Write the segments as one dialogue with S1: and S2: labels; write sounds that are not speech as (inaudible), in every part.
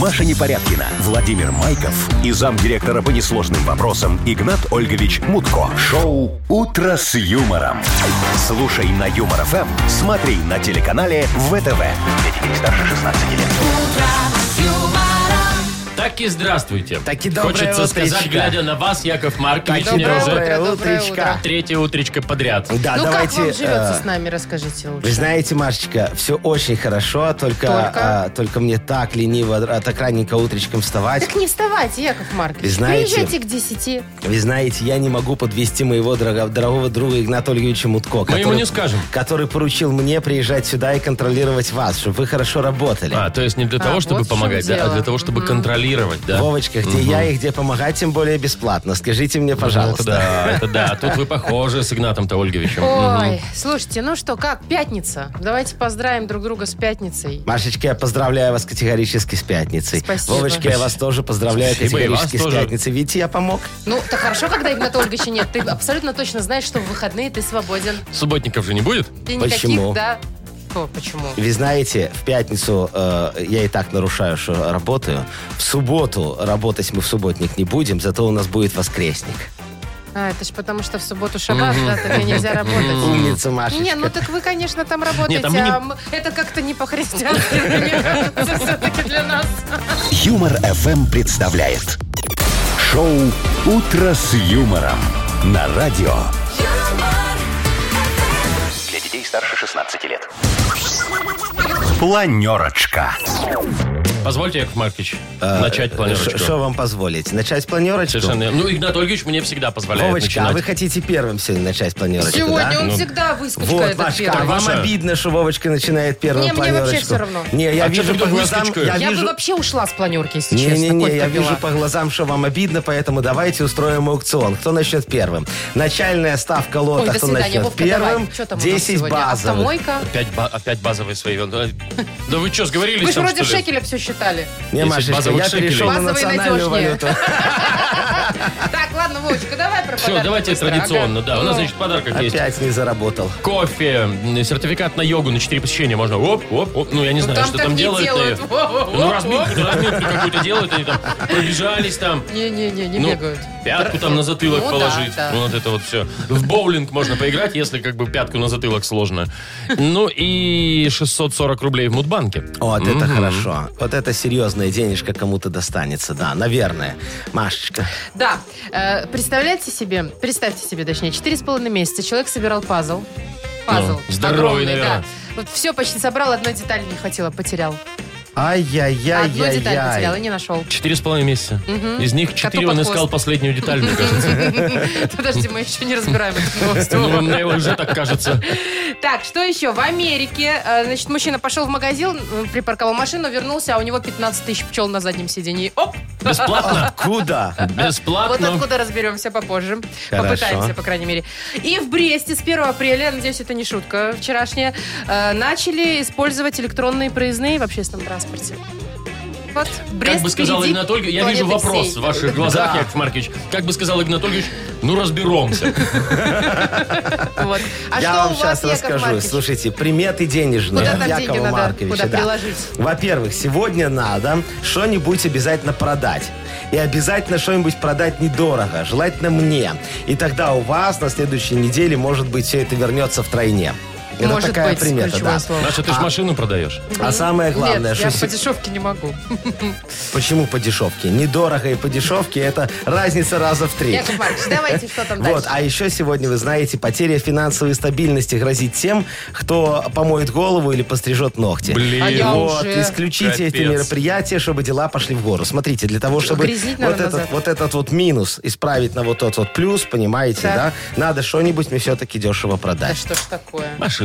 S1: Маша Непорядкина, Владимир Майков и замдиректора по несложным вопросам Игнат Ольгович Мутко. Шоу «Утро с юмором». Слушай на Юмор ФМ, смотри на телеканале ВТВ. Для детей старше 16 лет.
S2: Так и здравствуйте.
S3: Так и доброе
S2: Хочется сказать,
S3: утречко.
S2: глядя на вас, Яков Маркович,
S3: Так и
S2: мне уже
S3: доброе
S4: доброе
S3: утречко.
S2: третье утречко подряд.
S3: Да,
S4: ну
S3: А давайте...
S4: как вам живется
S3: э,
S4: с нами, расскажите
S3: Вы
S4: лучше.
S3: знаете, Машечка, все очень хорошо, только,
S4: Только?
S3: а, только мне так лениво, а, так раненько утречком вставать.
S4: Так не вставайте, Яков Маркович.
S3: Вы знаете-
S4: Приезжайте к 10.
S3: Вы знаете, я не могу подвести моего дорого- дорогого друга Игната Ольговича Мутко.
S2: Мы ему не скажем.
S3: Который поручил мне приезжать сюда и контролировать вас, чтобы вы хорошо работали.
S2: А, то есть не для того,
S4: А,
S2: чтобы
S4: вот в чем
S2: помогать, да, а
S4: дело.
S2: для того, чтобы контролировать, да.
S3: Вовочка, где я и где помогать, тем более бесплатно. Скажите мне,
S2: Ну, Это
S3: пожалуйста.
S2: да, это да. А Тут вы похожи с Игнатом-то Ольговичем.
S4: Ой, слушайте, ну что, как, пятница? Давайте поздравим друг друга с пятницей.
S3: Машечка, я поздравляю вас категорически с пятницей.
S4: Спасибо.
S3: Вовочка, я вас тоже поздравляю
S2: Спасибо, и вас
S3: категорически с
S2: тоже.
S3: пятницей. Видите, я помог.
S4: Ну, так хорошо, когда Игната Ольговича нет. Ты абсолютно точно знаешь, что в выходные ты свободен.
S2: Субботников же не будет?
S4: Ты
S3: Почему?
S4: никаких, да. Что, почему?
S3: Вы знаете, в пятницу э, я и так нарушаю, что работаю. В субботу работать мы в субботник не будем, зато у нас будет воскресник.
S4: А, это ж потому, что в субботу шаббат, да, тогда нельзя работать.
S3: Умница, Машечка.
S4: Не, ну так вы, конечно, там работаете,
S2: а мы не-
S4: а м- это как-то не по-христиански, (laughs) мне кажется, все-таки для нас.
S1: Юмор ФМ представляет шоу Утро с юмором на радио. Для детей старше 16 лет. Планерочка.
S2: Позвольте, Яков Маркович,
S3: А,
S2: начать планерочку.
S3: Э, Что вам позволить? Начать планерочку?
S2: Совершенно. Ну, Игнат Ольгович мне всегда позволяет
S3: Вовочка, а
S2: начинать.
S3: вы хотите первым сегодня начать планерочку,
S4: Сегодня
S3: да?
S4: он
S2: Ну,
S4: всегда выскочка
S3: Вот,
S4: этот
S3: Машечка, а
S4: первый.
S3: вам
S2: Ваша?
S3: обидно, что Вовочка начинает первым
S4: Не, мне
S3: планерочку?
S4: вообще всё равно.
S3: Не, я
S2: А чё ты
S3: вижу по
S2: тут
S3: глазам...
S2: выскочкой?
S4: Я бы
S3: вижу-
S4: вообще ушла с планерки, если честно.
S3: Не-не-не,
S4: Кофе
S3: я
S4: пила.
S3: вижу по глазам, что вам обидно, поэтому давайте устроим аукцион. Кто начнет первым? Начальная ставка
S4: Ой,
S3: лота,
S4: до
S3: кто
S4: свидания,
S3: начнет
S4: Вовка,
S3: первым?
S4: давай. Что там у нас
S3: 10
S4: сегодня?
S3: базовых.
S4: Автомойка.
S2: Опять, ба- опять базовые свои. Да да вы что, сговорились
S4: Вы же
S2: там,
S4: вроде в
S2: что ли?
S4: шекелях все считали.
S3: Не,
S2: 10
S3: Машечка,
S2: базовых
S3: я
S2: шекелей.
S3: перешел на
S4: Базовые
S3: национальную
S4: надежнее.
S3: валюту.
S4: Так, ладно, Вовочка, давай про
S2: Все,
S4: подарки
S2: давайте
S4: быстро, ага.
S2: традиционно, да. У
S4: Ну,
S2: нас, значит, в подарках есть
S3: Опять не заработал.
S2: кофе, м, сертификат на йогу на 4 посещения. Можно оп, оп, оп. Ну, я не
S4: ну,
S2: знаю,
S4: там
S2: что
S4: так
S2: там
S4: не
S2: делают.
S4: делают.
S2: э,
S4: Во-во-во.
S2: Ну, разминку, разминку какую-то делают, они там пробежались там.
S4: Не-не-не, не
S2: ну,
S4: бегают.
S2: пятку там на затылок
S4: Ну да,
S2: положить.
S4: да.
S2: Вот это вот все. В боулинг можно поиграть, если как бы пятку на затылок сложно. Ну и 640 рублей в Мудбанке.
S3: Вот это хорошо. Вот это серьезная денежка кому-то достанется, да, наверное. Машечка.
S4: Да, Э, представляете себе, представьте себе, точнее, четыре с половиной месяца человек собирал пазл. Пазл.
S2: Ну, здоровый,
S4: огромный,
S2: наверное.
S4: да. Вот все почти собрал, одной детали не хватило, потерял. Одну деталь потерял и
S3: Ай-яй-яй-яй.
S4: не нашел.
S2: Четыре с половиной месяца. Из них четыре
S4: под
S2: он
S4: хвост.
S2: искал последнюю деталь, мне кажется.
S4: (laughs) Подожди, мы еще не разбираем эту новость.
S2: Ну, Мне уже так
S4: (laughs)
S2: кажется.
S4: Так, что еще? В Америке, э, значит, мужчина пошел в магазин, э, припарковал машину, вернулся, а у него 15 тысяч пчел на заднем сидении. Оп!
S2: Бесплатно.
S3: Куда?
S4: Вот
S2: Бесплатно.
S4: откуда разберемся попозже.
S3: Хорошо.
S4: Попытаемся, по крайней мере. И в Бресте с 1 апреля, надеюсь, это не шутка вчерашняя, э, начали использовать электронные проездные в общественном транспорте. Вот, Брест
S2: Как бы сказал
S4: впереди
S2: Игнат Ольгович, я
S4: планеты
S2: вижу вопрос
S4: всей.
S2: в ваших глазах,
S3: Да.
S2: Яков Маркович. Как бы сказал Игнат Ольгович, ну разберемся.
S4: Вот. А
S3: Я
S4: что
S3: вам
S4: у
S3: сейчас
S4: вас, Яков
S3: расскажу.
S4: Маркович?
S3: Слушайте, приметы денежные
S4: Куда нам
S3: Якова
S4: деньги надо?
S3: Марковича,
S4: Куда
S3: да.
S4: приложить?
S3: Во-первых, сегодня надо что-нибудь обязательно продать. И обязательно что-нибудь продать недорого, желательно мне. И тогда у вас на следующей неделе, может быть, все это вернется в тройне. Это
S4: Может
S3: такая
S4: быть,
S3: примета,
S4: ключевое
S3: да.
S4: слово.
S2: Наша, ты ж машину продаешь.
S3: А самое главное,
S4: Нет,
S3: что
S4: я
S3: се-
S4: по дешевке не могу.
S3: почему по дешевке? Недорого и по дешевке это разница раза в три.
S4: Яков Маркович, давайте, что там
S3: Вот,
S4: дальше?
S3: а еще сегодня, вы знаете, потеря финансовой стабильности грозит тем, кто помоет голову или пострижет ногти.
S2: Блин.
S4: А я
S3: вот,
S4: уже.
S3: исключите эти
S2: Капец.
S3: мероприятия, чтобы дела пошли в гору. Смотрите, для того, чтобы
S4: Грязнить надо
S3: вот этот,
S4: назад.
S3: вот этот вот минус исправить на вот тот вот плюс, понимаете,
S4: Так.
S3: да? Надо что-нибудь мне все-таки дешево
S4: Да
S3: продать.
S4: А что ж такое?
S2: Машину.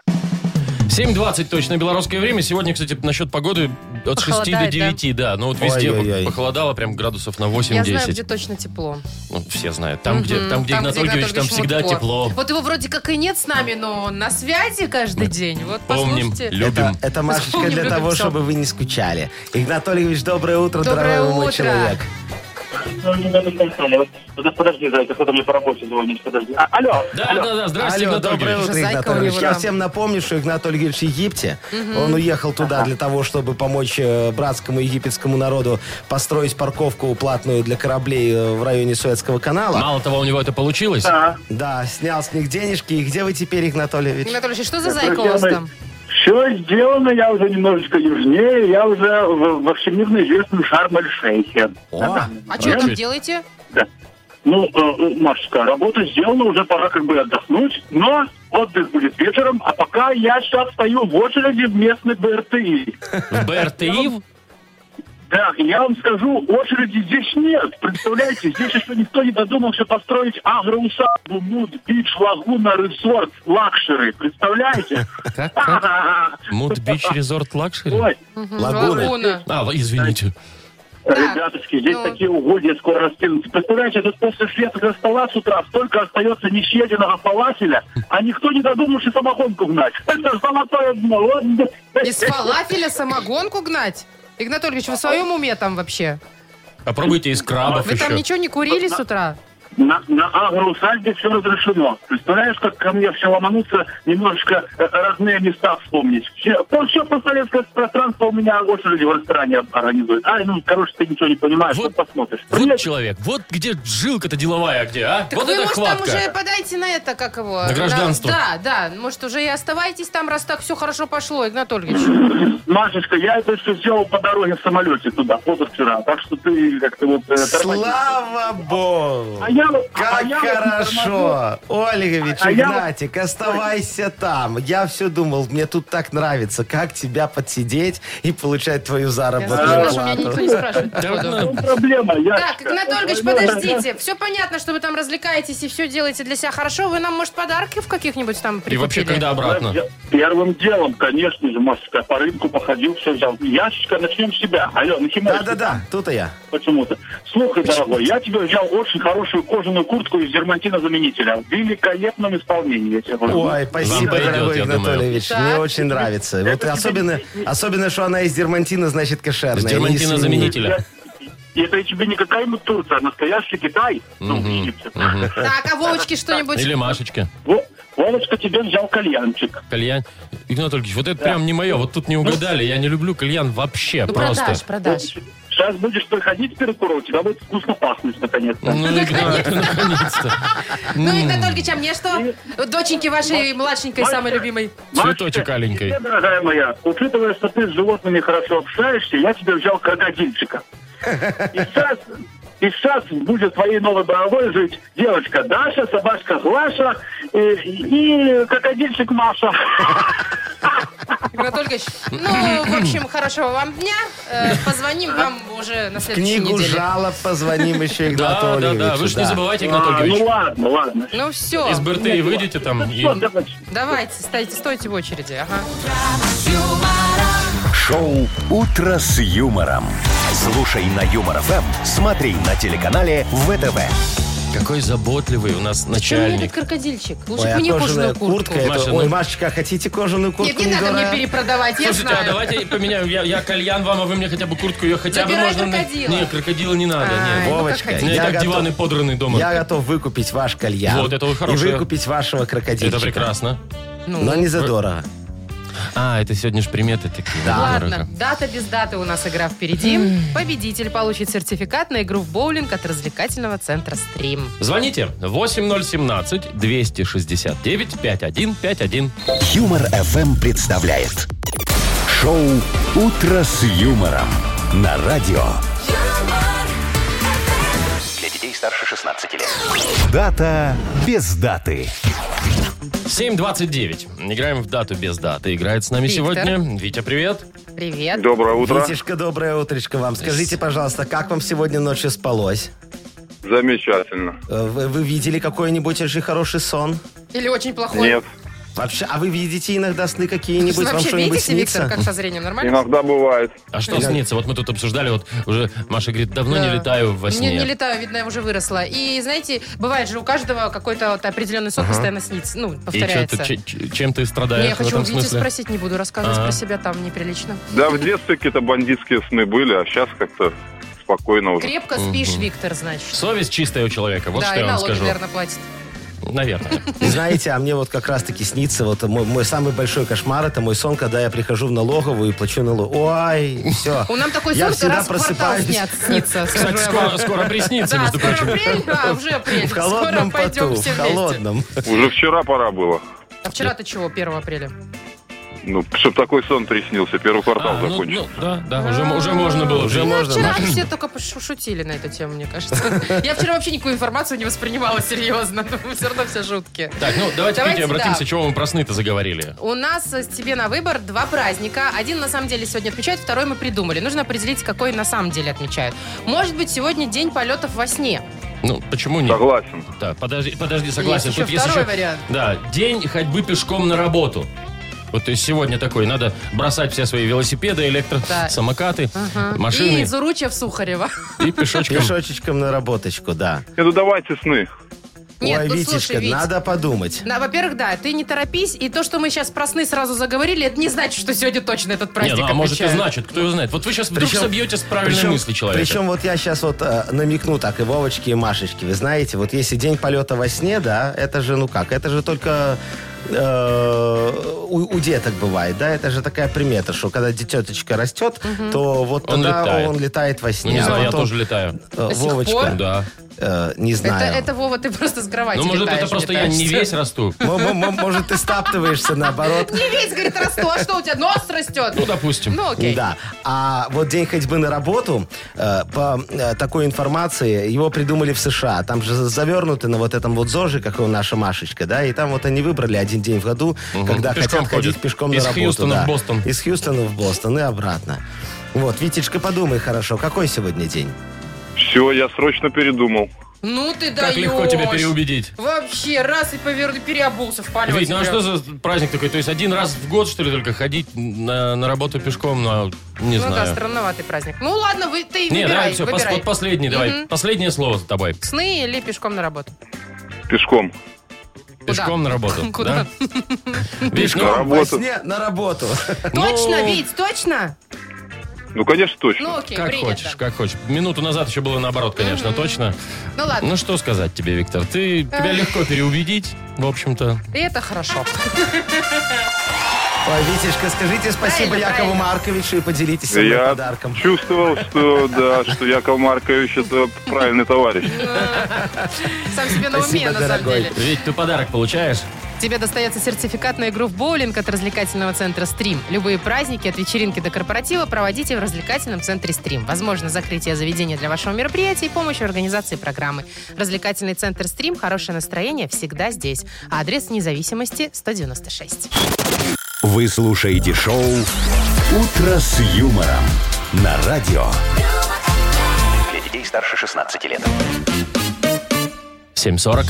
S2: 7.20 точно белорусское время. Сегодня, кстати, насчет погоды от 6 до
S4: Похолодает,
S2: 9, да. Ну вот везде
S3: Ой-ой-ой.
S2: похолодало прям градусов на
S4: Я знаю,
S2: 8-10.
S4: где точно тепло.
S2: Ну, все знают. Там, где, там, где
S4: Там,
S2: Игнат
S4: где Игнат
S2: Ольгович, там
S4: Ольгович
S2: всегда
S4: Мутко.
S2: тепло.
S4: Вот его вроде как и нет с нами, но он на связи каждый день. Вот
S2: Помним,
S4: послушайте.
S2: любим.
S3: Это, это, Машечка,
S4: Вспомним,
S3: для
S4: А любим
S3: того,
S4: всё.
S3: чтобы вы не скучали. Игнатольевич, доброе утро,
S4: Доброе
S3: дорогой мой
S4: утро.
S3: человек.
S5: Ну, не надо контролировать. Ну, подожди, зайка, кто-то мне по работе звонит, подожди. А, алло,
S2: Да,
S5: алло.
S2: да, да, здрасте,
S5: ну,
S3: Алло,
S2: Игнат
S3: доброе
S2: Ольгович.
S3: утро,
S4: Уже
S3: Игнат
S4: зайка у него,
S3: Ольгович. Я
S4: да.
S3: всем напомню, что Игнат Ольгович в Египте. Он уехал туда для того, чтобы помочь э, братскому египетскому народу построить парковку платную для кораблей э, в районе Суэцкого канала.
S2: Мало того, у него это получилось.
S5: Да.
S3: Да, снял с них денежки. И где вы теперь, Игнат Ольгович?
S4: Анатольевич, а что за зайка у вас там?
S5: Все сделано, я уже немножечко южнее, я уже в- во всемирно известном Шарм-эль-Шейхе.
S3: О,
S4: А что там
S2: Привет.
S4: делаете?
S5: Ну, э, Машечка, работа сделана, уже пора как бы отдохнуть, но отдых будет вечером, а пока я сейчас стою в очереди в местной БРТИ.
S2: В БРТИ?
S5: Да, я вам скажу, очереди здесь нет. Представляете, здесь еще никто не додумался построить агроусадьбу, муд, бич, лагуна, ресорт, лакшеры. Представляете? (laughs)
S2: Как? как? Муд Бич Резорт Лакшери?
S5: Ой,
S3: Лагуна.
S2: А, в- извините.
S5: ребятушки, здесь
S4: ну.
S5: такие угодья скоро раскинутся. Представляете, тут после шведского стола с утра столько остается несъеденного фалафеля, а никто не додумался самогонку гнать. (laughs) Это золотое дно. Вот.
S4: Из
S5: (laughs)
S4: фалафеля самогонку гнать? Игнат Ольгович, вы в своем уме там вообще?
S2: Попробуйте из крабов
S4: Вы там
S2: еще.
S4: ничего не курили с утра?
S5: На, на агроусадьбе все разрешено. Представляешь, как ко мне все ломанутся, немножечко э, разные места вспомнить. Все, по- все постсоветское пространство у меня очереди в ресторане организуют. Ай, ну, короче, ты ничего не понимаешь,
S2: Вот-
S5: вот посмотришь.
S2: Вот
S5: Привет.
S2: человек, вот где жилка-то деловая, а где, а?
S4: Так
S2: Вот
S4: вы,
S2: это
S4: может, там уже
S2: хватка.
S4: подайте на это, как его?
S2: На гражданство.
S4: Да, да. Может, уже и оставайтесь там, раз так все хорошо пошло, Игнат Ольгович.
S5: Машечка, я это все сделал по дороге в самолете туда, позавчера. Так что ты как-то вот... э, тормози.
S3: Слава богу!
S5: А я вот-
S3: Как
S5: а я вот тормозил.
S3: хорошо! Ольгович,
S5: А я вот-
S3: Игнатик, оставайся там. Я все думал, мне тут так нравится, как тебя подсидеть и получать твою
S4: Я
S3: заработную
S4: слышала, что меня никто
S3: плату.
S4: не спрашивает.
S2: Да,
S4: походу.
S2: ну,
S5: Ну, Проблема, я...
S4: Так, Игнат Ольгович, подождите. Все понятно, что вы там развлекаетесь и все делаете для себя хорошо. Вы нам, может, подарки в каких-нибудь там
S2: И
S4: прикупили?
S2: вообще, когда обратно?
S5: Я- Первым делом, конечно же, Машечка, по рынку походил, все взял. Яшечка, начнем с себя. Алло, Нахимович,
S3: Да-да-да, тут и я.
S5: почему-то. Слухай, дорогой, я тебе взял очень хорошую кожаную куртку из дермантинозаменителя. В великолепном исполнении, я тебе говорю. Ну,
S3: Ой, спасибо,
S2: пойдет,
S3: дорогой
S2: я
S3: Игнат
S2: думаю.
S3: Ольгович.
S4: Так.
S3: Мне очень нравится. Вот особенно, особенно, что она из дермантина, значит, кошерная.
S2: Из дермантинозаменителя.
S5: Я- Это тебе не какая-нибудь Турция, а настоящий Китай. Ну, Египет. (laughs)
S4: Так, а Вовочке что-нибудь? Ну,
S2: Или Машечка,
S5: Во- Вовочка тебе взял кальянчик.
S2: кальян. Игнат Ольгович, вот это прям не мое, вот тут не угадали. Я не люблю кальян вообще,
S4: Ну,
S2: просто.
S4: продаж, продаж.
S5: Сейчас будешь приходить перед куром, у тебя будет вкусно пахнуть наконец-то.
S2: Ну,
S4: (laughs)
S2: Игнат, наконец-то.
S4: Ну, Игнат Ольгович, а мне что? Доченьки вашей младшенькой,
S5: Машка.
S4: самой любимой.
S2: Цветочек аленький.
S5: тебе, дорогая моя, учитывая, что ты с животными хорошо общаешься, я тебе взял крокодильчика. И сейчас, и сейчас будет твоей новой боровой жить девочка Даша, собачка Глаша и, и крокодильчик Маша.
S4: Игнат Ольгович, ну, в общем, хорошего вам дня. Э, Позвоним вам уже на следующей
S3: Книгу
S4: неделе.
S3: жалоб позвоним еще Игнату
S2: (laughs) Да, да,
S3: Ольговичу.
S2: да, вы же не
S3: да.
S4: А,
S2: забывайте, Игнат Ольгович.
S5: ну ладно, ладно.
S4: Ну все,
S2: Из БРТ и выйдете там. и-
S5: Всё, давай.
S4: давайте, стойте, стойте в очереди. Ага.
S1: Шоу «Утро с юмором». Слушай на Юмор ФМ, смотри на телеканале ВТВ.
S2: Какой заботливый у нас
S4: Чем мне этот
S2: начальник.
S4: крокодильчик? Лучше
S3: Ой,
S4: бы
S3: а
S4: мне
S3: кожаная
S4: кожаную
S3: куртка.
S4: куртку.
S3: это-
S2: Маша,
S3: Ой,
S2: ну-
S3: Машечка, а хотите кожаную куртку?
S4: Нет, не надо мне
S3: недорогая?
S4: перепродавать, я
S2: Слушайте, а
S4: знаю.
S2: давайте поменяем. Я, я кальян вам, а вы мне хотя бы куртку. Ее хотя бы
S4: Забирай
S2: можно... на-
S4: крокодила.
S2: Не, крокодила не надо.
S4: Ай,
S2: нет.
S4: ну как
S3: Вовочка,
S2: У меня и
S3: я
S2: так
S3: готов-
S2: диваны подраны дома.
S3: Я готов выкупить ваш кальян.
S2: Вот, это вы хорошая.
S3: И выкупить вашего крокодильчика.
S2: Это прекрасно.
S4: Ну.
S2: Ну,
S3: Но не задорого.
S2: А, это сегодня же приметы такие.
S3: Да.
S4: Ладно, дата без даты у нас игра впереди. Победитель получит сертификат на игру в боулинг от развлекательного центра «Стрим».
S2: Звоните 8017-269-5151.
S1: Юмор ФМ представляет. Шоу «Утро с юмором» на радио. Для детей старше 16 лет. Дата без даты.
S2: 7.29. Играем в дату без даты. Играет с нами
S4: Виктор.
S2: сегодня. Витя, привет.
S4: Привет.
S6: Доброе утро.
S3: Витишка, доброе утречко вам. Скажите, пожалуйста, как вам сегодня ночью спалось?
S6: Замечательно.
S3: Э, Вы, вы видели какой-нибудь очень хороший сон?
S4: Или очень плохой?
S6: Нет.
S3: Вообще, а вы видите иногда сны
S4: Вы
S3: какие-нибудь? Вам
S4: вообще
S3: что-нибудь
S4: видите,
S3: снится?
S4: Виктор, как со зрением? Нормально?
S6: Иногда бывает.
S2: А что снится? Вот мы тут обсуждали, вот уже Маша говорит, давно
S4: Да.
S2: не летаю во
S4: Не,
S2: сне.
S4: не летаю, видно, я уже выросла. И, знаете, бывает же у каждого какой-то вот определенный сон постоянно снится. Ну,
S2: И чё ты-
S4: повторяется.
S2: че- че- чем ты
S4: Не,
S2: страдаешь
S4: я
S2: в
S4: хочу
S2: этом
S4: у Вити
S2: смысле? А.
S4: спросить, не буду рассказывать
S2: Ага.
S4: про себя, там неприлично.
S6: Да, в детстве какие-то бандитские сны были, а сейчас как-то спокойно уже.
S4: Крепко спишь, Виктор, значит.
S2: Совесть чистая у человека, вот
S4: да,
S2: что
S4: и
S2: я вам
S4: налоги
S2: скажу.
S4: верно платит.
S2: Наверное.
S3: И Знаете, а мне вот как раз-таки снится, вот мой, мой самый большой кошмар, это мой сон, когда я прихожу в налоговую и плачу налог. Ой, все.
S4: У нам такой
S3: Я
S4: сон что
S3: всегда
S4: раз в квартал
S3: просыпаюсь.
S4: снят, снится. скажу
S2: Кстати,
S4: я
S2: скоро,
S4: вам.
S2: скоро
S3: А
S2: приснится,
S4: Да,
S2: между
S4: скоро
S2: прочим.
S4: апрель, а уже апрель.
S3: В холодном
S4: скоро пойдем
S3: поту,
S4: все
S3: в
S4: вместе.
S3: холодном.
S6: Уже вчера пора было.
S4: А вчера ты чего, 1 апреля?
S6: Ну, чтоб такой сон приснился, первый квартал
S2: А, ну,
S6: закончил.
S2: ну, да, да, уже, уже можно было. Уже
S4: Ну,
S2: можно.
S4: вчера
S2: Маша.
S4: все только пошу- шутили на эту тему, мне кажется. (laughs) Я вчера вообще никакую информацию не воспринимала (laughs) серьезно. Все равно все шутки.
S2: Так, ну давайте, к Вите
S4: Давайте,
S2: обратимся,
S4: да.
S2: чего мы про сны-то заговорили.
S4: У нас э, тебе на выбор два праздника. Один на самом деле сегодня отмечают, второй мы придумали. Нужно определить, какой на самом деле отмечают. Может быть, сегодня день полетов во сне.
S2: Ну, почему нет?
S6: Согласен.
S2: Да, подожди, подожди, согласен.
S4: Есть еще
S2: Тут есть
S4: второй
S2: еще-
S4: вариант.
S2: Да, день ходьбы пешком на работу. Вот то есть сегодня такой, надо бросать все свои велосипеды,
S4: Да.
S2: электросамокаты,
S4: Ага.
S2: машины
S4: И Зуручев Сухарева.
S2: и, пешочком.
S3: Пешочком на работочку, да.
S6: Не, ну давайте сны.
S4: (laughs) Нет,
S3: Ой,
S4: ну
S3: Витечка,
S4: слушай, Вить.
S3: надо подумать.
S4: Да, во-первых, да, ты не торопись. И то, что мы сейчас про сны сразу заговорили, это не значит, что сегодня точно этот
S2: Не,
S4: праздник
S2: ну, а может и
S4: отмечают.
S2: значит, кто его знает. Вот вы сейчас вдруг
S3: Причем-
S2: собьете с правильной
S3: причем-
S2: мысли человека.
S3: Причем вот я сейчас вот э, намекну так и Вовочке, и Машечке. Вы знаете, вот если день полета во сне, да, это же, ну как, это же только э, у, у деток бывает, да, это же такая примета, что когда дететочка растет, то вот
S2: Он
S3: тогда
S2: летает.
S3: он летает во
S2: ну,
S3: сне.
S2: не
S3: А
S2: знаю, я
S3: потом,
S2: тоже летаю.
S3: э,
S4: До сих
S3: Вовочка,
S4: пор?
S2: Да.
S3: э, не
S4: Это,
S3: знаю.
S4: это, Вова, ты просто с кровати
S2: Ну, может, это
S4: летаешь,
S2: просто
S4: мне
S2: я не
S4: кажется.
S2: весь расту.
S3: М- м- м- Может, ты стаптываешься наоборот.
S4: Не весь, говорит, расту, а что у тебя, нос растет?
S2: Ну, допустим.
S4: Ну, окей.
S3: Да. А вот день ходьбы на работу, э, по э, такой информации, его придумали в США. Там же завернуты на вот этом вот ЗОЖе, как его наша Машечка, да, и там вот они выбрали один день в году, когда
S2: Пешком
S3: хотят ходить
S2: ходят.
S3: пешком
S2: Из
S3: на работу.
S2: Хьюстона в
S3: да.
S2: Бостон.
S3: Из Хьюстона в Бостон и обратно. Вот, Витечка, подумай хорошо, какой сегодня день?
S6: Все, я срочно передумал.
S4: Ну ты даешь.
S2: Как легко тебя переубедить.
S4: Вообще, раз и поверну, переобулся в полете.
S2: Вить, ну а
S4: прям.
S2: что за праздник такой? То есть один раз в год, что ли, только ходить на, на работу пешком? Ну, а, не
S4: Ну да,
S2: знаю.
S4: странноватый праздник. Ну ладно, вы, ты
S2: Не,
S4: выбирай,
S2: давай, все,
S4: выбирай.
S2: вот последний, давай.
S4: Мгм.
S2: Последнее слово за тобой.
S4: Сны или пешком на работу?
S6: Пешком.
S2: Пешком на работу.
S4: (laughs) Куда?
S2: да? Вить, ну,
S6: На
S3: Во
S6: работу.
S3: сне на работу. (laughs)
S2: ну,
S4: Точно, Вить, точно?
S6: Ну, конечно,
S4: Ну
S6: точно.
S4: окей,
S2: Как
S4: принято.
S2: хочешь, как хочешь. Минуту назад еще было наоборот, конечно, точно.
S4: Ну ладно,
S2: Ну что сказать тебе, Виктор? Ты тебя легко переубедить, в общем-то.
S4: и это хорошо.
S3: Ой, Витечка, скажите спасибо
S4: Правильно,
S3: Якову
S4: правильно.
S3: Марковичу и поделитесь со мной
S6: Я
S3: подарком.
S6: чувствовал, что, да, что Яков Маркович это правильный товарищ.
S2: Ну.
S4: Сам себе на уме,
S3: Спасибо,
S4: на самом
S3: дорогой.
S4: деле.
S2: Ведь ты подарок получаешь.
S4: Тебе достается сертификат на игру в боулинг от развлекательного центра «Стрим». Любые праздники от вечеринки до корпоратива проводите в развлекательном центре «Стрим». Возможно, закрытие заведения для вашего мероприятия и помощь в организации программы. Развлекательный центр «Стрим» – хорошее настроение всегда здесь. А Адрес независимости 196.
S1: Вы слушаете шоу «Утро с юмором» на радио.
S7: Для детей старше 16 лет.
S2: 7.40.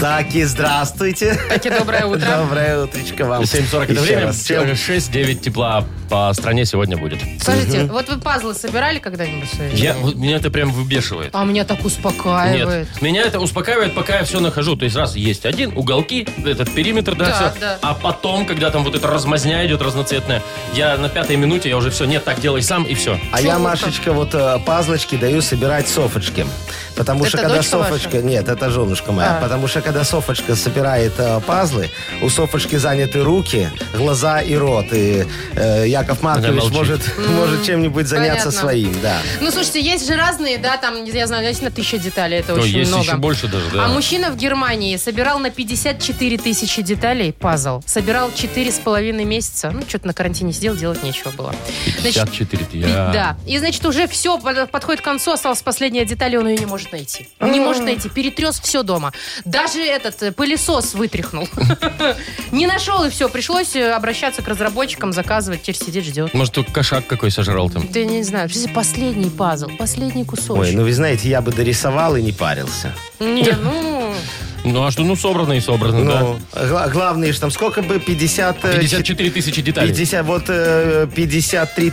S3: Так, и здравствуйте. (laughs)
S4: Таки доброе утро.
S3: Доброе утречко вам.
S2: 7.40 это
S3: Еще
S2: время.
S3: раз всем.
S2: 6-9 тепла по стране сегодня будет.
S4: Скажите, вот вы пазлы собирали когда-нибудь? в своей
S2: Я,
S4: жизни?
S2: вот меня это прям выбешивает.
S4: А меня так успокаивает.
S2: Нет, меня это успокаивает, пока я все нахожу. То есть раз есть один, уголки, этот периметр, да,
S4: Да,
S2: всё.
S4: да.
S2: а потом, когда там вот эта размазня идет разноцветная, я на пятой минуте, я уже все, нет, так делай сам, и все.
S3: А я, Машечка, вот э, пазлочки даю собирать Софочке. Потому
S4: Это
S3: что когда
S4: дочка ваша?
S3: Софочка... Нет, это женушка моя.
S4: А.
S3: Потому что когда Софочка собирает э, пазлы, у Софочки заняты руки, глаза и рот. И э, Яков Маркович
S2: молчит.
S3: может, может чем-нибудь заняться
S4: понятно.
S3: своим, да.
S4: Ну, слушайте, есть же разные, да, там, я знаю, действительно, тысяча деталей, это
S2: Ну,
S4: очень
S2: есть
S4: много.
S2: еще больше даже, да.
S4: А мужчина в Германии собирал на 54 тысячи деталей пазл. Собирал 4,5 месяца. Ну, что-то на карантине сидел, делать нечего было. Значит,
S2: 54 ты, я-
S4: (laughs) да. И, значит, уже все подходит к концу, осталась последняя деталь, и он ее не может найти. Не может найти. Перетряс все дома. Даже этот э, пылесос вытряхнул. (laughs) Не нашел, и все. Пришлось э, обращаться к разработчикам, заказывать. Теперь сидит, ждет.
S2: Может, тут кошак какой сожрал там.
S4: Да я не знаю, что за последний
S2: ну
S4: пазл, последний кусочек.
S3: Ой, ну вы знаете, я бы дорисовал и не парился.
S4: Не, ну...
S2: Ну а что, ну собрано и собрано, да.
S3: Ну, гла- главное, что там сколько бы? 50... э,
S2: 54 тысячи деталей.
S3: 50, вот э, 53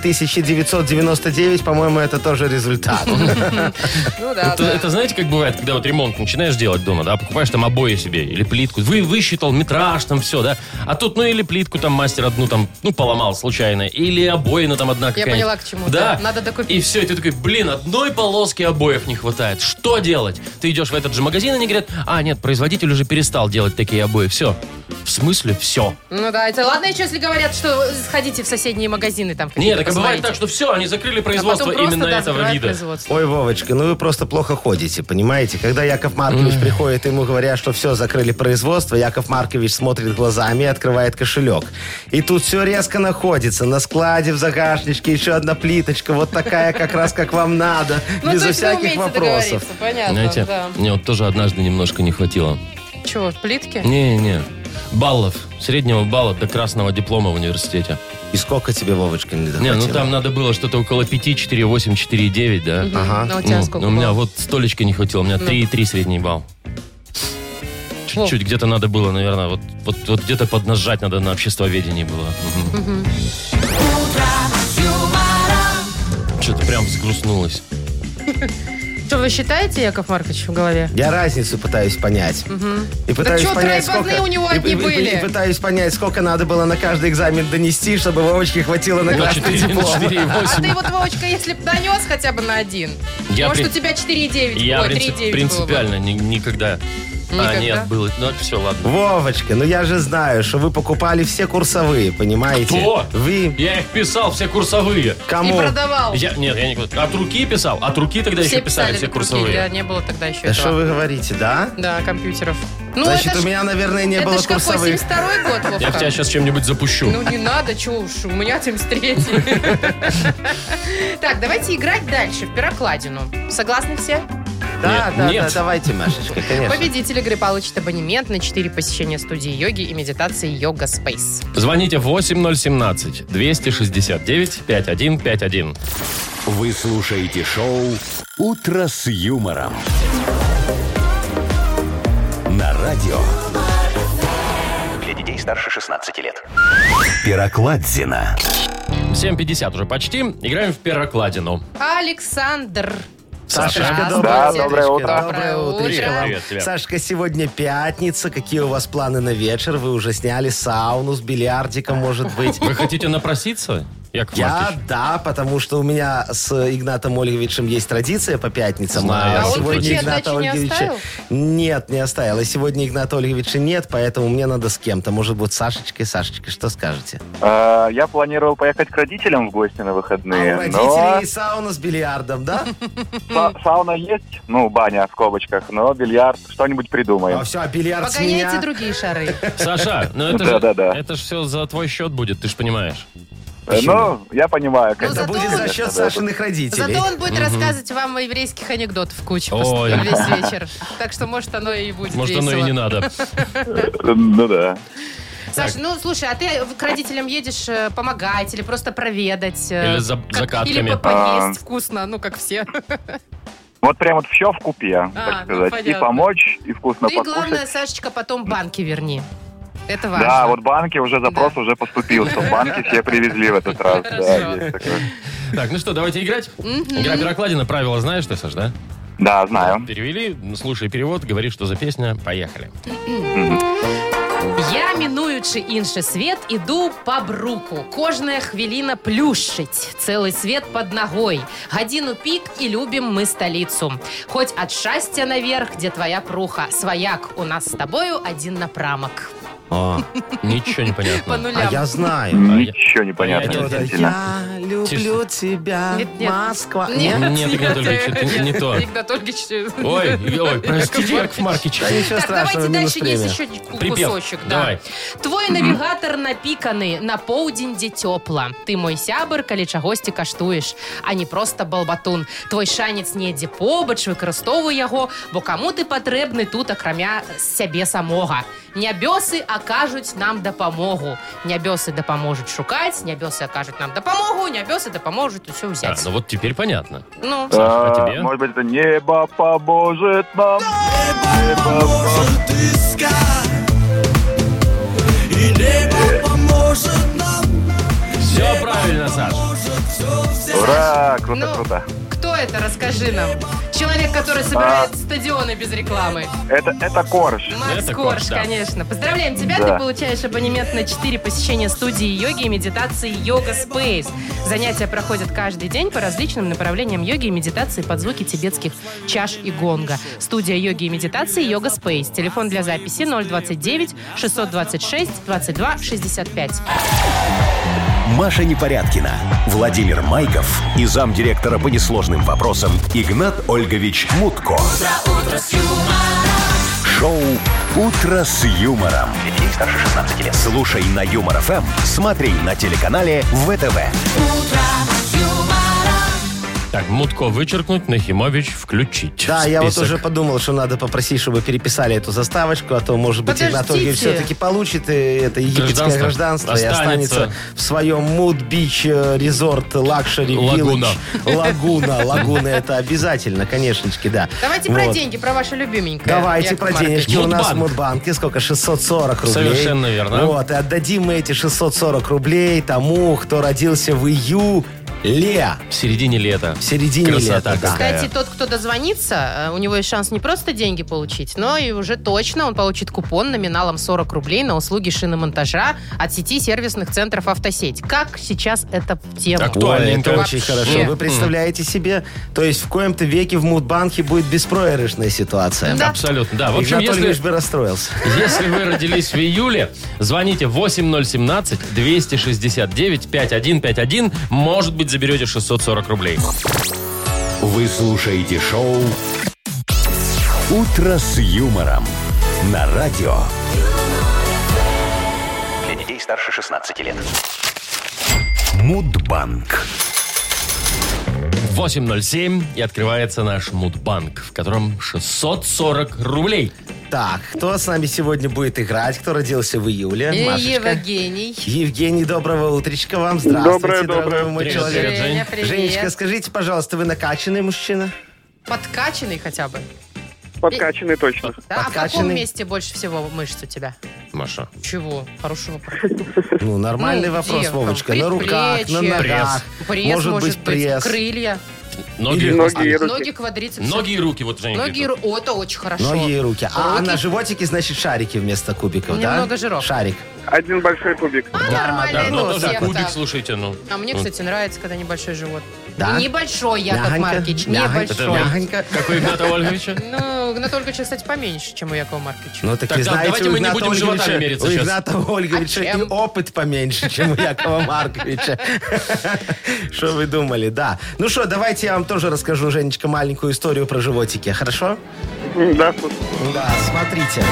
S3: 999, по-моему, это тоже результат.
S2: (laughs)
S4: Ну да,
S2: Это,
S4: да.
S2: это знаете, как бывает, когда вот ремонт начинаешь делать дома, да, покупаешь там обои себе или плитку, вы высчитал метраж там все, да, а тут ну или плитку там мастер одну там ну поломал случайно, или обои, ну там одна какая-нибудь.
S4: поняла, к чему, да.
S2: Да.
S4: Надо докупить.
S2: И все, и ты такой, блин, одной полоски обоев не хватает, что делать? Ты идешь в этот же магазин, и они говорят, а нет, производитель уже перестал делать такие обои, все. В смысле все?
S4: Ну да, это ладно еще, если говорят, что сходите в соседние магазины там. какие-то
S2: Нет, так и бывает
S4: посмотрите.
S2: так, что все, они закрыли
S4: А потом
S2: производство
S4: просто,
S2: именно
S4: да,
S2: этого
S4: закрывают
S2: вида.
S4: производство.
S3: Ой, Вовочка, ну вы просто плохо ходите, понимаете? Когда Яков Маркович приходит, ему говорят, что все, закрыли производство, Яков Маркович смотрит глазами и открывает кошелек. И тут все резко находится. На складе, в загашничке, еще одна плиточка, вот такая как раз, как вам надо,
S4: Ну,
S3: безо
S4: то есть вы
S3: всяких
S4: умеете
S3: вопросов.
S4: договориться, понятно,
S2: Знаете,
S4: да.
S2: мне вот тоже однажды немножко не хватило.
S4: Чего, плитки?
S2: Не-не. Баллов. Среднего балла до красного диплома в университите.
S3: И сколько тебе, Вовочка, не
S2: Не,
S3: дохватило?
S2: ну там надо было что-то около 5, 4, 8, 4, 9, да?
S3: Ага.
S4: Ну, у тебя
S2: Ну,
S4: сколько
S2: у меня
S4: было? Ну.
S2: вот столечко не хватило, у меня 3,3 средний балл. Чуть-чуть, где-то надо было, наверное, вот, вот, вот где-то поднажать надо на обществоведении было. Что-то прям взгрустнулось.
S4: Что, вы считаете, Яков Маркович, в голове?
S3: Я разницу пытаюсь понять. И пытаюсь
S4: чё,
S3: понять,
S4: тройбазные
S3: сколько...
S4: у него
S3: и-
S4: одни
S3: и- и- и
S4: были.
S3: пытаюсь понять, сколько надо было на каждый экзамен донести, чтобы Вовочке хватило на
S2: На
S3: красный
S2: 4, на
S3: диплом.
S2: 4,8.
S4: А ты вот, Вовочка, если бы донес хотя бы на один,
S2: Я
S4: может,
S2: при-
S4: у тебя 4,9,
S2: Я
S4: ой,
S2: принцип-
S4: 3,9
S2: принципиально ни- никогда. А,
S4: Никогда?
S2: нет, было. Ну, все, ладно.
S3: Вовочка, ну я же знаю, что вы покупали все курсовые, понимаете?
S2: Кто?
S3: Вы
S2: Я их писал, все курсовые.
S4: было бы.
S3: кому?
S4: И продавал.
S2: Я, нет, я не говорю. От руки писал? От руки тогда еще писали, все
S4: на круги,
S2: курсовые.
S4: да, а не было тогда еще
S3: Да что
S4: этого.
S3: вы говорите, да?
S4: Да, компьютеров. Ну,
S3: Значит,
S4: это
S3: у
S4: ж-
S3: меня, наверное, не
S4: это
S3: было
S4: ж какой,
S3: курсовых.
S4: 72-й год, Вовка?
S2: Я в тебя сейчас чем-нибудь запущу.
S4: Ну не надо, чё уж, у меня 73 (laughs) Так, давайте играть дальше, в пирокладину. Согласны все?
S3: Да,
S2: Нет,
S3: да,
S2: нет.
S3: да, давайте, Машечка, конечно.
S4: Победитель игры получит абонемент на 4 посещения студии йоги и медитации Йога Спейс.
S2: Звоните 8017 269 5151.
S1: Вы слушаете шоу «Утро с юмором». На радио
S7: Для детей старше 16 лет.
S1: Пирокладзина.
S2: 750 уже почти. Играем в перокладину.
S4: Александр.
S3: Сашечка,
S4: Здравствуйте.
S3: доброе,
S6: Да, доброе утро.
S3: Доброе утро.
S4: Доброе утро.
S2: Привет тебя.
S3: Сашка, сегодня пятница. Какие у вас планы на вечер? Вы уже сняли сауну с бильярдиком, может быть?
S2: Вы хотите напроситься, Яков
S3: Я,
S2: Маркович?
S3: да, потому что у меня с Игнатом Ольговичем есть традиция по пятницам.
S2: Знаю. А он ключи от
S3: Игната
S4: дачи не оставил?
S3: Нет, не оставил. И сегодня Игната Ольговича нет, поэтому мне надо с кем-то. Может быть, Сашечкой. Сашечка, что скажете?
S6: А, Я планировал поехать к родителям в гости на
S3: А у
S6: выходные,
S3: родителей
S6: но
S3: есть сауна с бильярдом, да?
S6: са- сауна есть, ну, баня в скобочках, но бильярд, что-нибудь придумаем.
S3: А все, а бильярд с
S4: Погоняйте
S3: меня.
S4: другие шары.
S2: Саша, ну это
S6: Да-да-да.
S2: же, это же все за твой счет будет, ты же понимаешь.
S6: Э, Ну, я понимаю,
S4: Ну,
S3: Это
S6: конечно.
S4: зато
S3: будет за
S6: он-
S3: счет Сашиных родителей.
S4: Зато он будет рассказывать вам еврейских анекдотов кучу
S2: Ой.
S4: весь вечер. Так что, может, оно и будет
S2: Может, оно и
S4: весело.
S2: не надо.
S6: Э, Ну да.
S4: Саш, ну слушай, а ты к родителям едешь э, помогать или просто проведать? э,
S2: Или за
S4: как-
S2: закатками.
S4: Или по- поесть
S6: А.
S4: вкусно, ну как все.
S6: Вот прям вот все в купе,
S4: А,
S6: так
S4: ну,
S6: сказать. И
S4: понятно.
S6: помочь, и вкусно
S4: Ты,
S6: покушать.
S4: Ну главное, Сашечка, потом банки верни. Это важно.
S6: Да, вот банки уже запрос уже поступил, что банки все привезли в этот раз.
S4: Хорошо.
S6: Да, есть такое.
S2: Так, ну что, давайте играть.
S4: Ну.
S2: Игра перокладина, правила знаешь ты, Саш, да?
S6: Да, знаю.
S2: Перевели, ну, слушай перевод, говори, что за песня, поехали.
S4: Я, минуючи інший світ, іду по бруку. Кожная хвилина плющить. Целый свет под ногой. Годину пик и любим мы столицу. Хоть от счастья наверх, где твоя пруха. Свояк у нас с тобою один напрамок.
S3: О,
S2: Ничего не
S4: (laughs) По
S2: понятно.
S3: А
S4: нулям.
S3: я знаю.
S6: Ничего не понятно,
S2: Понятно.
S6: действительно.
S3: Я люблю тебя,
S4: Нет, нет.
S3: Москва.
S4: Нет,
S2: Нет, Игнат Ольгович, это не- не то.
S4: Игнат Ольгович.
S2: Ой, ой, простите, Яков Маркич.
S3: Да ничего
S4: э, (laughs) Так,
S3: страшного,
S4: давайте
S3: минус
S4: дальше есть
S3: премия.
S4: еще
S2: Припев.
S4: кусочек. да.
S2: Давай.
S4: Твой навігатор напіканий, на поўдзень дзе цёпла. Ты мой сябар, калі чагосьці каштуеш, а не проста балбатун. Твой шанец недзе побач, выкарыстоўвай яго, бо каму ты патрэбны тут акрамя сябе самога. Нябёсы акажуць нам дапамогу. Нябёсы дапаможуць шукаць, нябёсы акажуць нам дапамогу, меня пес это поможет все
S2: А,
S4: взять.
S2: ну вот теперь понятно.
S4: ну,
S2: а
S6: Э,
S2: тебе?
S6: Может быть, это небо поможет нам.
S8: Небо поможет искать, и небо поможет нам,
S2: Все правильно, Саш.
S8: может все взять.
S6: Ура, круто,
S4: Ну.
S6: круто.
S4: кто это, расскажи нам. Человек, который собирает стадионы без рекламы.
S6: Это, это корж.
S4: Макс
S2: Это
S4: Корж,
S2: Корж, да.
S4: конечно. Поздравляем тебя,
S6: Да.
S4: ты получаешь абонемент на 4 посещения студии йоги и медитации Йога Space. Занятия проходят каждый день по различным направлениям йоги и медитации под звуки тибетских чаш и гонга. Студия йоги и медитации Йога Space. Телефон для записи 029 626 22 65.
S1: Маша Непорядкина, Владимир Майков и замдиректора по несложным вопросам Игнат Ольгович Мутко. Шоу Утро с юмором.
S7: Для детей старше 16 лет.
S1: Слушай на Юмор ФМ, смотри на телеканале ВТВ.
S2: Так, Мутко вычеркнуть, Нахимович включить.
S3: Да,
S2: в
S3: я вот
S2: список.
S3: уже подумал, что надо попросить, чтобы переписали эту заставочку, а то, может быть, Игнат
S4: Подождите.
S3: Ольгович все-таки получит э, это египетское
S2: Гражданство.
S3: гражданство, и
S2: Останется.
S3: останется в своем Муд-Бич э, Резорт Лакшери
S2: Лагуна.
S3: Village. Лагуна. Лагуна это обязательно, конечночки, да.
S4: Давайте про
S3: Вот.
S4: деньги, про вашу любименькую.
S3: Давайте
S4: Яков
S3: про
S4: Маркович.
S3: денежки. У нас в
S2: Мудбанк.
S3: Мудбанке сколько? 640 рублей.
S2: Совершенно верно.
S3: Вот, и отдадим мы эти 640 рублей тому, кто родился в июле.
S2: В середине лета.
S3: В середине
S2: Красота
S3: лета, да.
S2: какая.
S4: Кстати, тот, кто дозвонится, э, у него есть шанс не просто деньги получить, но и уже точно он получит купон номиналом 40 рублей на услуги шиномонтажа от сети сервисных центров «Автосеть». Как сейчас это в тему?
S2: Так, кто?
S3: Ой, это
S2: Актуальненько.
S3: очень
S4: Вообще.
S3: хорошо. Вы представляете себе? То есть в коем-то веке в Мудбанке будет беспроигрышная ситуация.
S4: Да.
S2: Абсолютно, да. А, В общем,
S3: Игнат
S2: если,
S3: Ольгович бы расстроился.
S2: если вы родились в июле, звоните 8017-269-5151. Может быть, заберете 640 рублей.
S1: Вы слушаете шоу Утро с юмором на радио.
S7: Для детей старше 16 лет.
S1: Мудбанк.
S2: 8.07 и открывается наш Мудбанк, в котором 640 рублей.
S3: Так, кто с нами сегодня будет играть? Кто родился в июле? Машечка.
S4: Э, Евгений.
S3: Евгений, доброго утречка вам. Здравствуйте, дорогой мой
S2: Привет,
S3: человек.
S2: привет.
S4: Женя,
S2: Жень.
S4: привет.
S3: Женечка, скажите, пожалуйста, вы накачанный мужчина?
S4: Подкачанный хотя бы.
S9: Подкачанный точно.
S4: Да? А в каком
S3: Подкачанный.
S4: месте больше всего мышц у тебя?
S2: Маша.
S4: Чего? Хороший вопрос.
S3: Ну, нормальный
S4: Ну,
S3: вопрос,
S4: где там?
S3: Вовочка. На руках, на
S4: Предплечье.
S3: ногах.
S4: Пресс,
S3: может, быть, пресс.
S4: крылья,
S2: Ноги.
S9: Или
S2: хвост.
S9: ноги и руки.
S4: ноги, квадрицепсы.
S2: Ноги и руки. Вот Женя
S4: Ноги и
S2: говорит.
S4: ру- О, это очень хорошо.
S3: Ноги и руки. А
S4: Руки.
S3: на животике, значит, шарики вместо кубиков, да?
S4: Немного жирок.
S3: Шарик.
S9: Один большой кубик.
S3: Да,
S4: нормально,
S2: Да,
S4: это
S2: ну
S4: у
S2: тоже
S4: всех
S2: кубик,
S4: так.
S2: слушайте, ну.
S4: А мне, кстати, нравится, когда небольшой живот.
S3: Да?
S4: Небольшой, Яков
S3: Мягонько,
S4: Маркович,
S3: мягонько.
S2: Это
S4: небольшой.
S3: мягонько.
S2: Как у Игната Ольговича?
S4: Ну, но только, кстати, поменьше, чем у Якова Марковича.
S3: Ну, так,
S2: Так,
S3: вы
S2: да,
S3: знаете,
S2: давайте
S3: у
S2: мы не
S3: Игната
S2: будем животами
S3: Ольговича-
S2: мериться
S3: У
S2: сейчас.
S3: Игната Ольговича
S4: А
S3: и
S4: чем?
S3: опыт поменьше, чем у Якова
S4: (laughs)
S3: Марковича. (laughs) Что вы думали, да. Ну что, давайте я вам тоже расскажу, Женечка, маленькую историю про животики, хорошо?
S9: Да, слушай.
S3: Да, смотрите.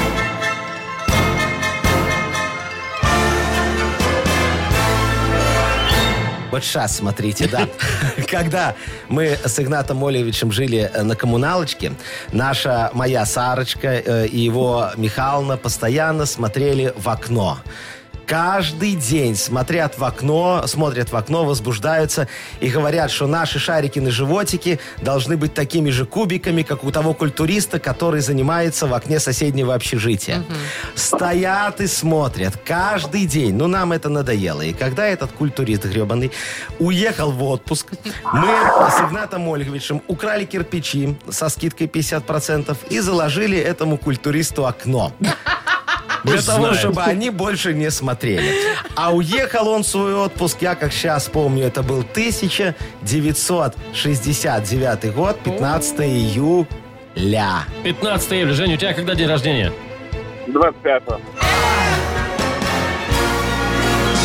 S3: Вот сейчас смотрите, да. (laughs) Когда мы с Игнатом Олевичем жили э, на коммуналочке, наша моя Сарочка э, и его Михайловна постоянно смотрели в окно. Каждый день смотрят в окно, смотрят в окно, возбуждаются и говорят, что наши шарики на животике должны быть такими же кубиками, как у того культуриста, который занимается в окне соседнего общежития. Стоят и смотрят каждый день. Ну, нам это надоело. И когда этот культурист гребаный уехал в отпуск, мы с Игнатом Ольговичем украли кирпичи со скидкой 50% и заложили этому культуристу окно. Для
S2: Пусть
S3: того,
S2: знает.
S3: чтобы они больше не смотрели. А уехал он в свой отпуск, я как сейчас помню, это был 1969 год, 15 июля.
S2: 15 июля. Женя, у тебя когда день рождения?
S4: Ну.
S9: 25-го.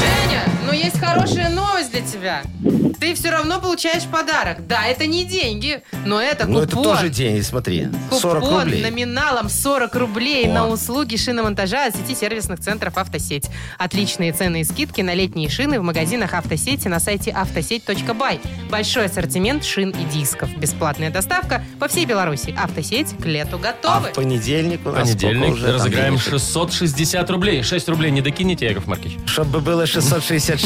S4: Женя, ну есть хорошая новость для тебя. Ты все равно получаешь подарок. Да, это не деньги, но это
S3: Ну, это
S4: купон.
S3: тоже деньги, смотри. 40
S4: Купон
S3: рублей. А
S4: номиналом 40 рублей
S3: О.
S4: на услуги шиномонтажа от сети сервисных центров «Автосеть». Отличные цены и скидки на летние шины в магазинах «Автосети» на сайте автосеть.бай. Большой ассортимент шин и дисков. Бесплатная доставка по всей Беларуси. «Автосеть» к лету
S3: А
S4: готовы.
S3: в понедельник у нас сколько
S2: Понедельник
S3: уже там
S2: разыграем
S3: денежек?
S2: 660 рублей. 6 рублей не докинете, Яков Маркич?
S3: Чтобы было 666,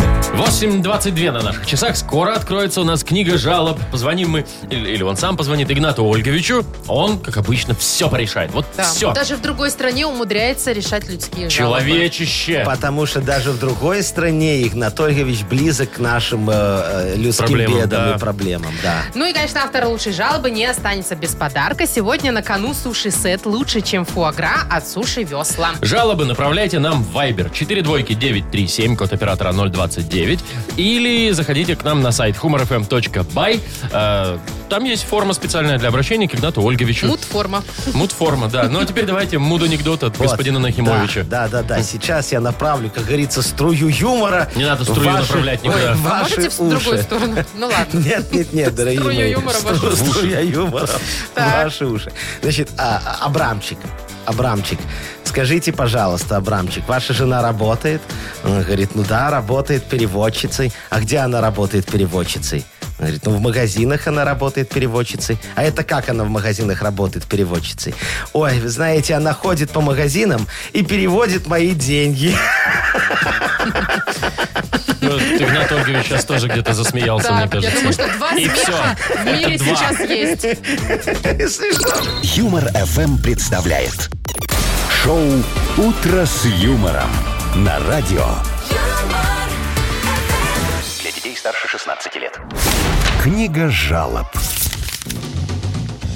S2: 8.22 на наших часах. Скоро откроется у нас книга жалоб. Позвоним мы, или, или он сам позвонит Игнату Ольговичу. Он, как обычно, все порешает. Вот
S4: Да.
S2: все.
S4: Даже в другой стране умудряется решать людские жалобы.
S2: Человечище.
S3: Потому что даже в другой стране Игнатольевич близок к нашим э, э, людским
S2: Проблемам,
S3: бедам
S2: да.
S3: и проблемам. Да.
S4: Ну и, конечно, автор лучшей жалобы не останется без подарка. Сегодня на кону суши-сет лучше, чем фуагра от суши-весла.
S2: Жалобы направляйте нам в Viber 42937, код оператора 029. Или заходите к нам на сайт humorfm.by. Э, Там есть форма специальная для обращения к Игнату Ольговичу.
S4: Мут-форма.
S2: Мудформа, да. Ну а теперь давайте муд анекдот от
S3: Вот.
S2: господина Нахимовича.
S3: Да, да, да, да. Сейчас я направлю, как говорится, струю юмора.
S2: Не надо
S3: в
S2: струю
S3: ваши-
S2: направлять
S3: ой,
S2: никуда.
S3: в
S4: А
S3: ваши
S4: можете в другую
S3: уши.
S4: сторону? Ну ладно.
S3: Нет, нет, нет, дорогие
S4: Струю
S3: мои.
S4: юмора в
S3: Стру-
S4: ваши уши.
S3: Струя (laughs) юмора в
S4: Так.
S3: ваши уши. Значит, а, а, Абрамчик, Абрамчик, скажите, пожалуйста, Абрамчик, ваша жена работает? Он говорит, ну да, работает переводчицей. А где она работает переводчицей? Он говорит, ну в магазинах она работает переводчицей. А это как она в магазинах работает переводчицей? Ой, вы знаете, она ходит по магазинам и переводит мои деньги. (laughs)
S2: Ну, Игнат Ольгович сейчас тоже где-то засмеялся, мне
S4: Так, я
S2: кажется.
S4: думаю, что два
S2: И
S4: смеха
S2: всё.
S4: в мире
S2: Это два.
S4: сейчас есть.
S3: Смешно.
S1: Юмор FM представляет шоу Утро с юмором на радио.
S7: Для детей старше 16 лет.
S1: Книга жалоб.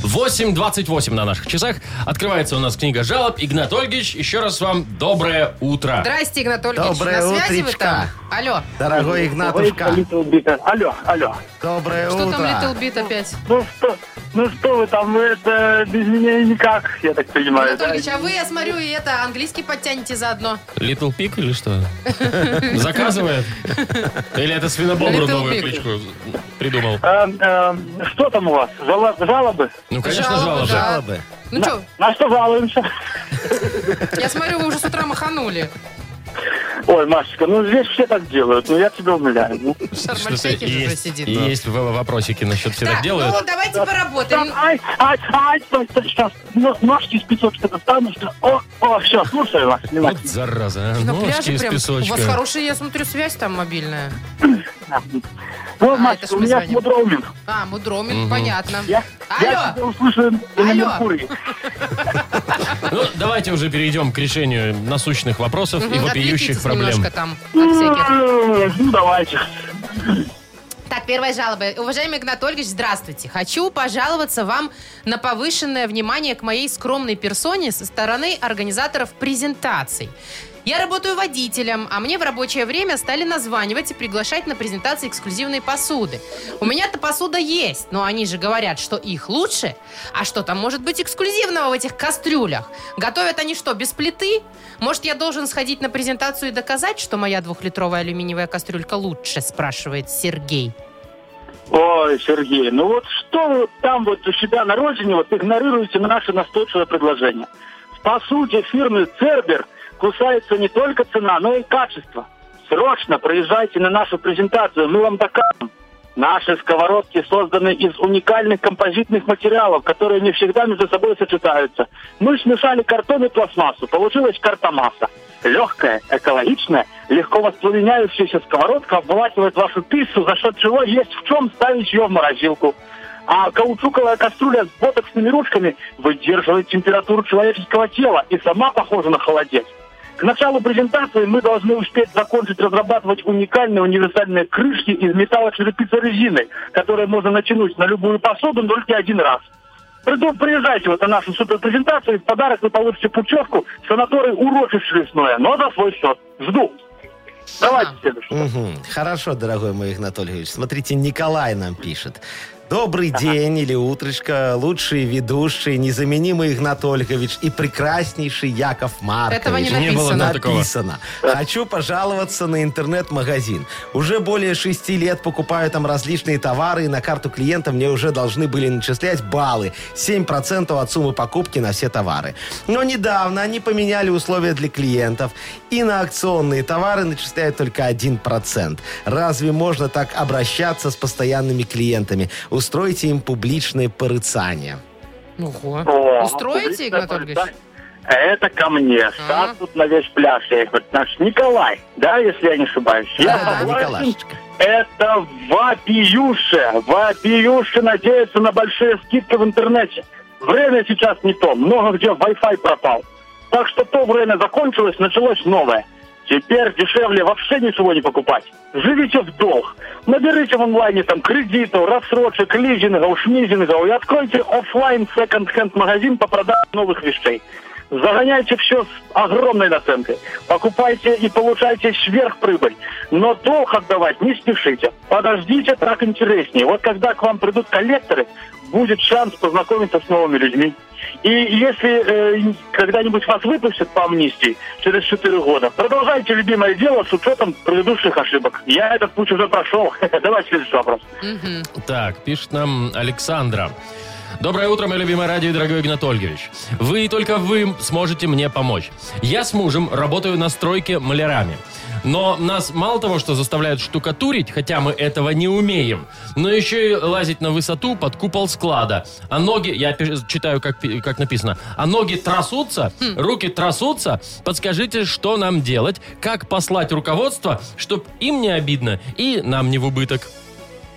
S2: 8.28 на наших часах. Открывается у нас книга жалоб. Игнат Ольгович, еще раз вам доброе утро.
S4: Здрасте, Игнат Ольгович,
S3: Доброе
S4: на связи вы
S3: утречко.
S4: там? Алло,
S3: Дорогой Игнатушка,
S5: Говорит Little Big. Алло, алло.
S3: доброе
S4: что там Little
S3: утро.
S4: Bit опять?
S5: Ну что, ну что вы там, ну это без меня и никак, я так понимаю.
S4: Игнат Ольгович, а вы, я смотрю, и это, английский подтянете заодно.
S2: Литл Пик или что?
S4: (laughs)
S2: Заказывает? Или это свинобобру
S4: Little
S2: новую
S4: Pig.
S2: кличку придумал?
S5: А, а, что там у вас? Жала- Жалобы?
S2: Ну, конечно,
S4: Жалобы,
S2: жалобы.
S4: да.
S3: Жалобы.
S4: Ну что,
S5: На что жалуемся?
S4: я смотрю, вы уже с утра маханули.
S5: Ой, Машечка, ну здесь все так делают, ну я тебя умоляю. ну.
S2: Что-то
S4: Шармальчейки же уже
S2: есть-
S4: сидит.
S2: Есть в- вопросики насчет все так
S4: Так, ну
S2: делают.
S4: вот давайте поработаем.
S5: Ай, ай, ай, стой, стой, сейчас. Но- Ножки из песочка достану, что... О, о, все, слушаю вас,
S2: Вот
S5: внимательно.
S2: зараза, а,
S4: ну На
S2: ножки
S4: пляже
S2: из
S4: прям. У вас
S2: песочка.
S4: хорошая, я смотрю, связь там мобильная.
S5: Ну,
S4: А, это ж
S5: Машечка, у
S4: мы
S5: меня
S4: звоним.
S5: смудроуминг.
S4: А, мудромин,
S2: Мгм.
S4: понятно.
S5: Я, я
S4: Алло!
S5: тебя услышал на
S4: Алло.
S5: Меркурии.
S2: Ну, давайте уже перейдем к решению насущных вопросов и
S4: Мгм,
S2: вопиющих
S4: отвлекитесь
S2: проблем.
S4: немножко там от всяких.
S5: Ну, давайте.
S4: Так, первая жалоба. Уважаемый Игнат Ольгович, здравствуйте. Хочу пожаловаться вам на повышенное внимание к моей скромной персоне со стороны организаторов презентаций. Я работаю водителем, а мне в рабочее время стали названивать и приглашать на презентации эксклюзивной посуды. У меня-то посуда есть, но они же говорят, что их лучше. А что там может быть эксклюзивного в этих кастрюлях? Готовят они что, без плиты? Может, я должен сходить на презентацию и доказать, что моя двухлитровая алюминиевая кастрюлька лучше, спрашивает Сергей.
S5: Ой, Сергей, ну вот что вы там вот у себя на родине вот игнорируете наше настойчивое предложение? По сути, фирмы Цербер кусается не только цена, но и качество. Срочно проезжайте на нашу презентацию, мы вам докажем. Наши сковородки созданы из уникальных композитных материалов, которые не всегда между собой сочетаются. Мы смешали картон и пластмассу, получилась картомасса. Легкая, экологичная, легко воспламеняющаяся сковородка обволакивает вашу пиццу, за счет чего есть в чем ставить ее в морозилку. А каучуковая кастрюля с ботоксными ручками выдерживает температуру человеческого тела и сама похожа на холодец. К началу презентации мы должны успеть закончить разрабатывать уникальные универсальные крышки из металлочерепицы резины, которые можно натянуть на любую посуду только один раз. Приду- Приезжайте вот на нашу суперпрезентацию, и в подарок вы получите путевку в санаторий урочище лесное, но за свой счет. Жду. Давайте следующий.
S3: Мгм. Хорошо, дорогой мой Игнатольевич. Смотрите, Николай нам пишет. Добрый день или утречко, лучший ведущий, незаменимый Игнат Ольгович и прекраснейший Яков Маркович.
S4: Этого не Не
S2: было, да, такого.
S3: написано. Хочу пожаловаться на интернет-магазин. Уже более шести лет покупаю там различные товары, и на карту клиента мне уже должны были начислять баллы. 7% от суммы покупки на все товары. Но недавно они поменяли условия для клиентов, и на акционные товары начисляют только 1%. Разве можно так обращаться с постоянными клиентами? Устройте им публичное порыцание.
S4: Ого.
S5: О,
S4: Устроите,
S5: публичное
S4: Игнат Ольгович?
S5: порицание. Это ко мне.
S4: А.
S5: Стас тут на весь пляж. Я их говорю, наш Николай, да, если я не ошибаюсь? Я
S3: Да-да-да,
S5: согласен.
S3: Николашечка.
S5: Это вопиюше. Вопиюше надеются на большие скидки в интернете. Время сейчас не то. Много где Wi-Fi пропал. Так что то время закончилось, началось новое. Теперь дешевле вообще ничего не покупать. Живите в долг. Наберите в онлайне там кредитов, рассрочек, лизингов, шмизингов и откройте оффлайн секонд-хенд магазин по продаже новых вещей. Загоняйте все с огромной наценкой. Покупайте и получайте сверхприбыль. Но долг отдавать не спешите. Подождите, так интереснее. Вот когда к вам придут коллекторы, будет шанс познакомиться с новыми людьми. И если э, когда-нибудь вас выпустят по амнистии через 4 года, продолжайте любимое дело с учетом предыдущих ошибок. Я этот путь уже прошел. (laughs) Давайте следующий вопрос.
S4: Мгм.
S2: Так, пишет нам Александра. Доброе утро, мое любимое радио и дорогой Игнат Ольгович. Вы и только вы сможете мне помочь. Я с мужем работаю на стройке малярами. Но нас мало того, что заставляют штукатурить, хотя мы этого не умеем, но еще и лазить на высоту под купол склада. А ноги, я пи- читаю, как, пи- как написано, а ноги трясутся,
S3: Хм.
S2: руки трясутся. Подскажите, что нам делать, как послать руководство, чтобы им не обидно и нам не в убыток.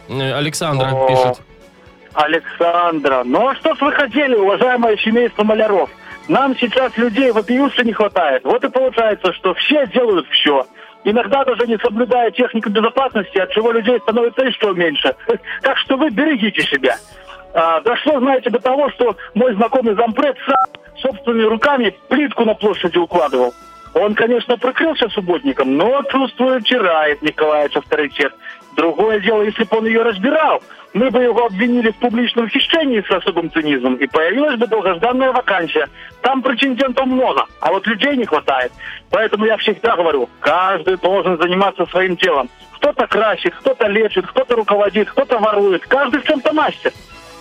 S2: Э, Александра
S5: О.
S2: пишет.
S5: Александра, ну а что ж вы хотели, уважаемое семейство маляров? Нам сейчас людей вопиюши не хватает. Вот и получается, что все делают все. Иногда даже не соблюдая технику безопасности, от чего людей становится еще меньше. (laughs) Так что вы берегите себя. А, дошло, знаете, до того, что мой знакомый зампред сам собственными руками плитку на площади укладывал. Он, конечно, прикрылся субботником, но, чувствую, теряет Николаевич авторитет. Другое дело, если бы он ее разбирал, мы бы его обвинили в публичном хищении с особым цинизмом, и появилась бы долгожданная вакансия. Там претендентов много, а вот людей не хватает. Поэтому я всегда говорю, каждый должен заниматься своим делом. Кто-то красит, кто-то лечит, кто-то руководит, кто-то ворует. Каждый в чем-то мастер.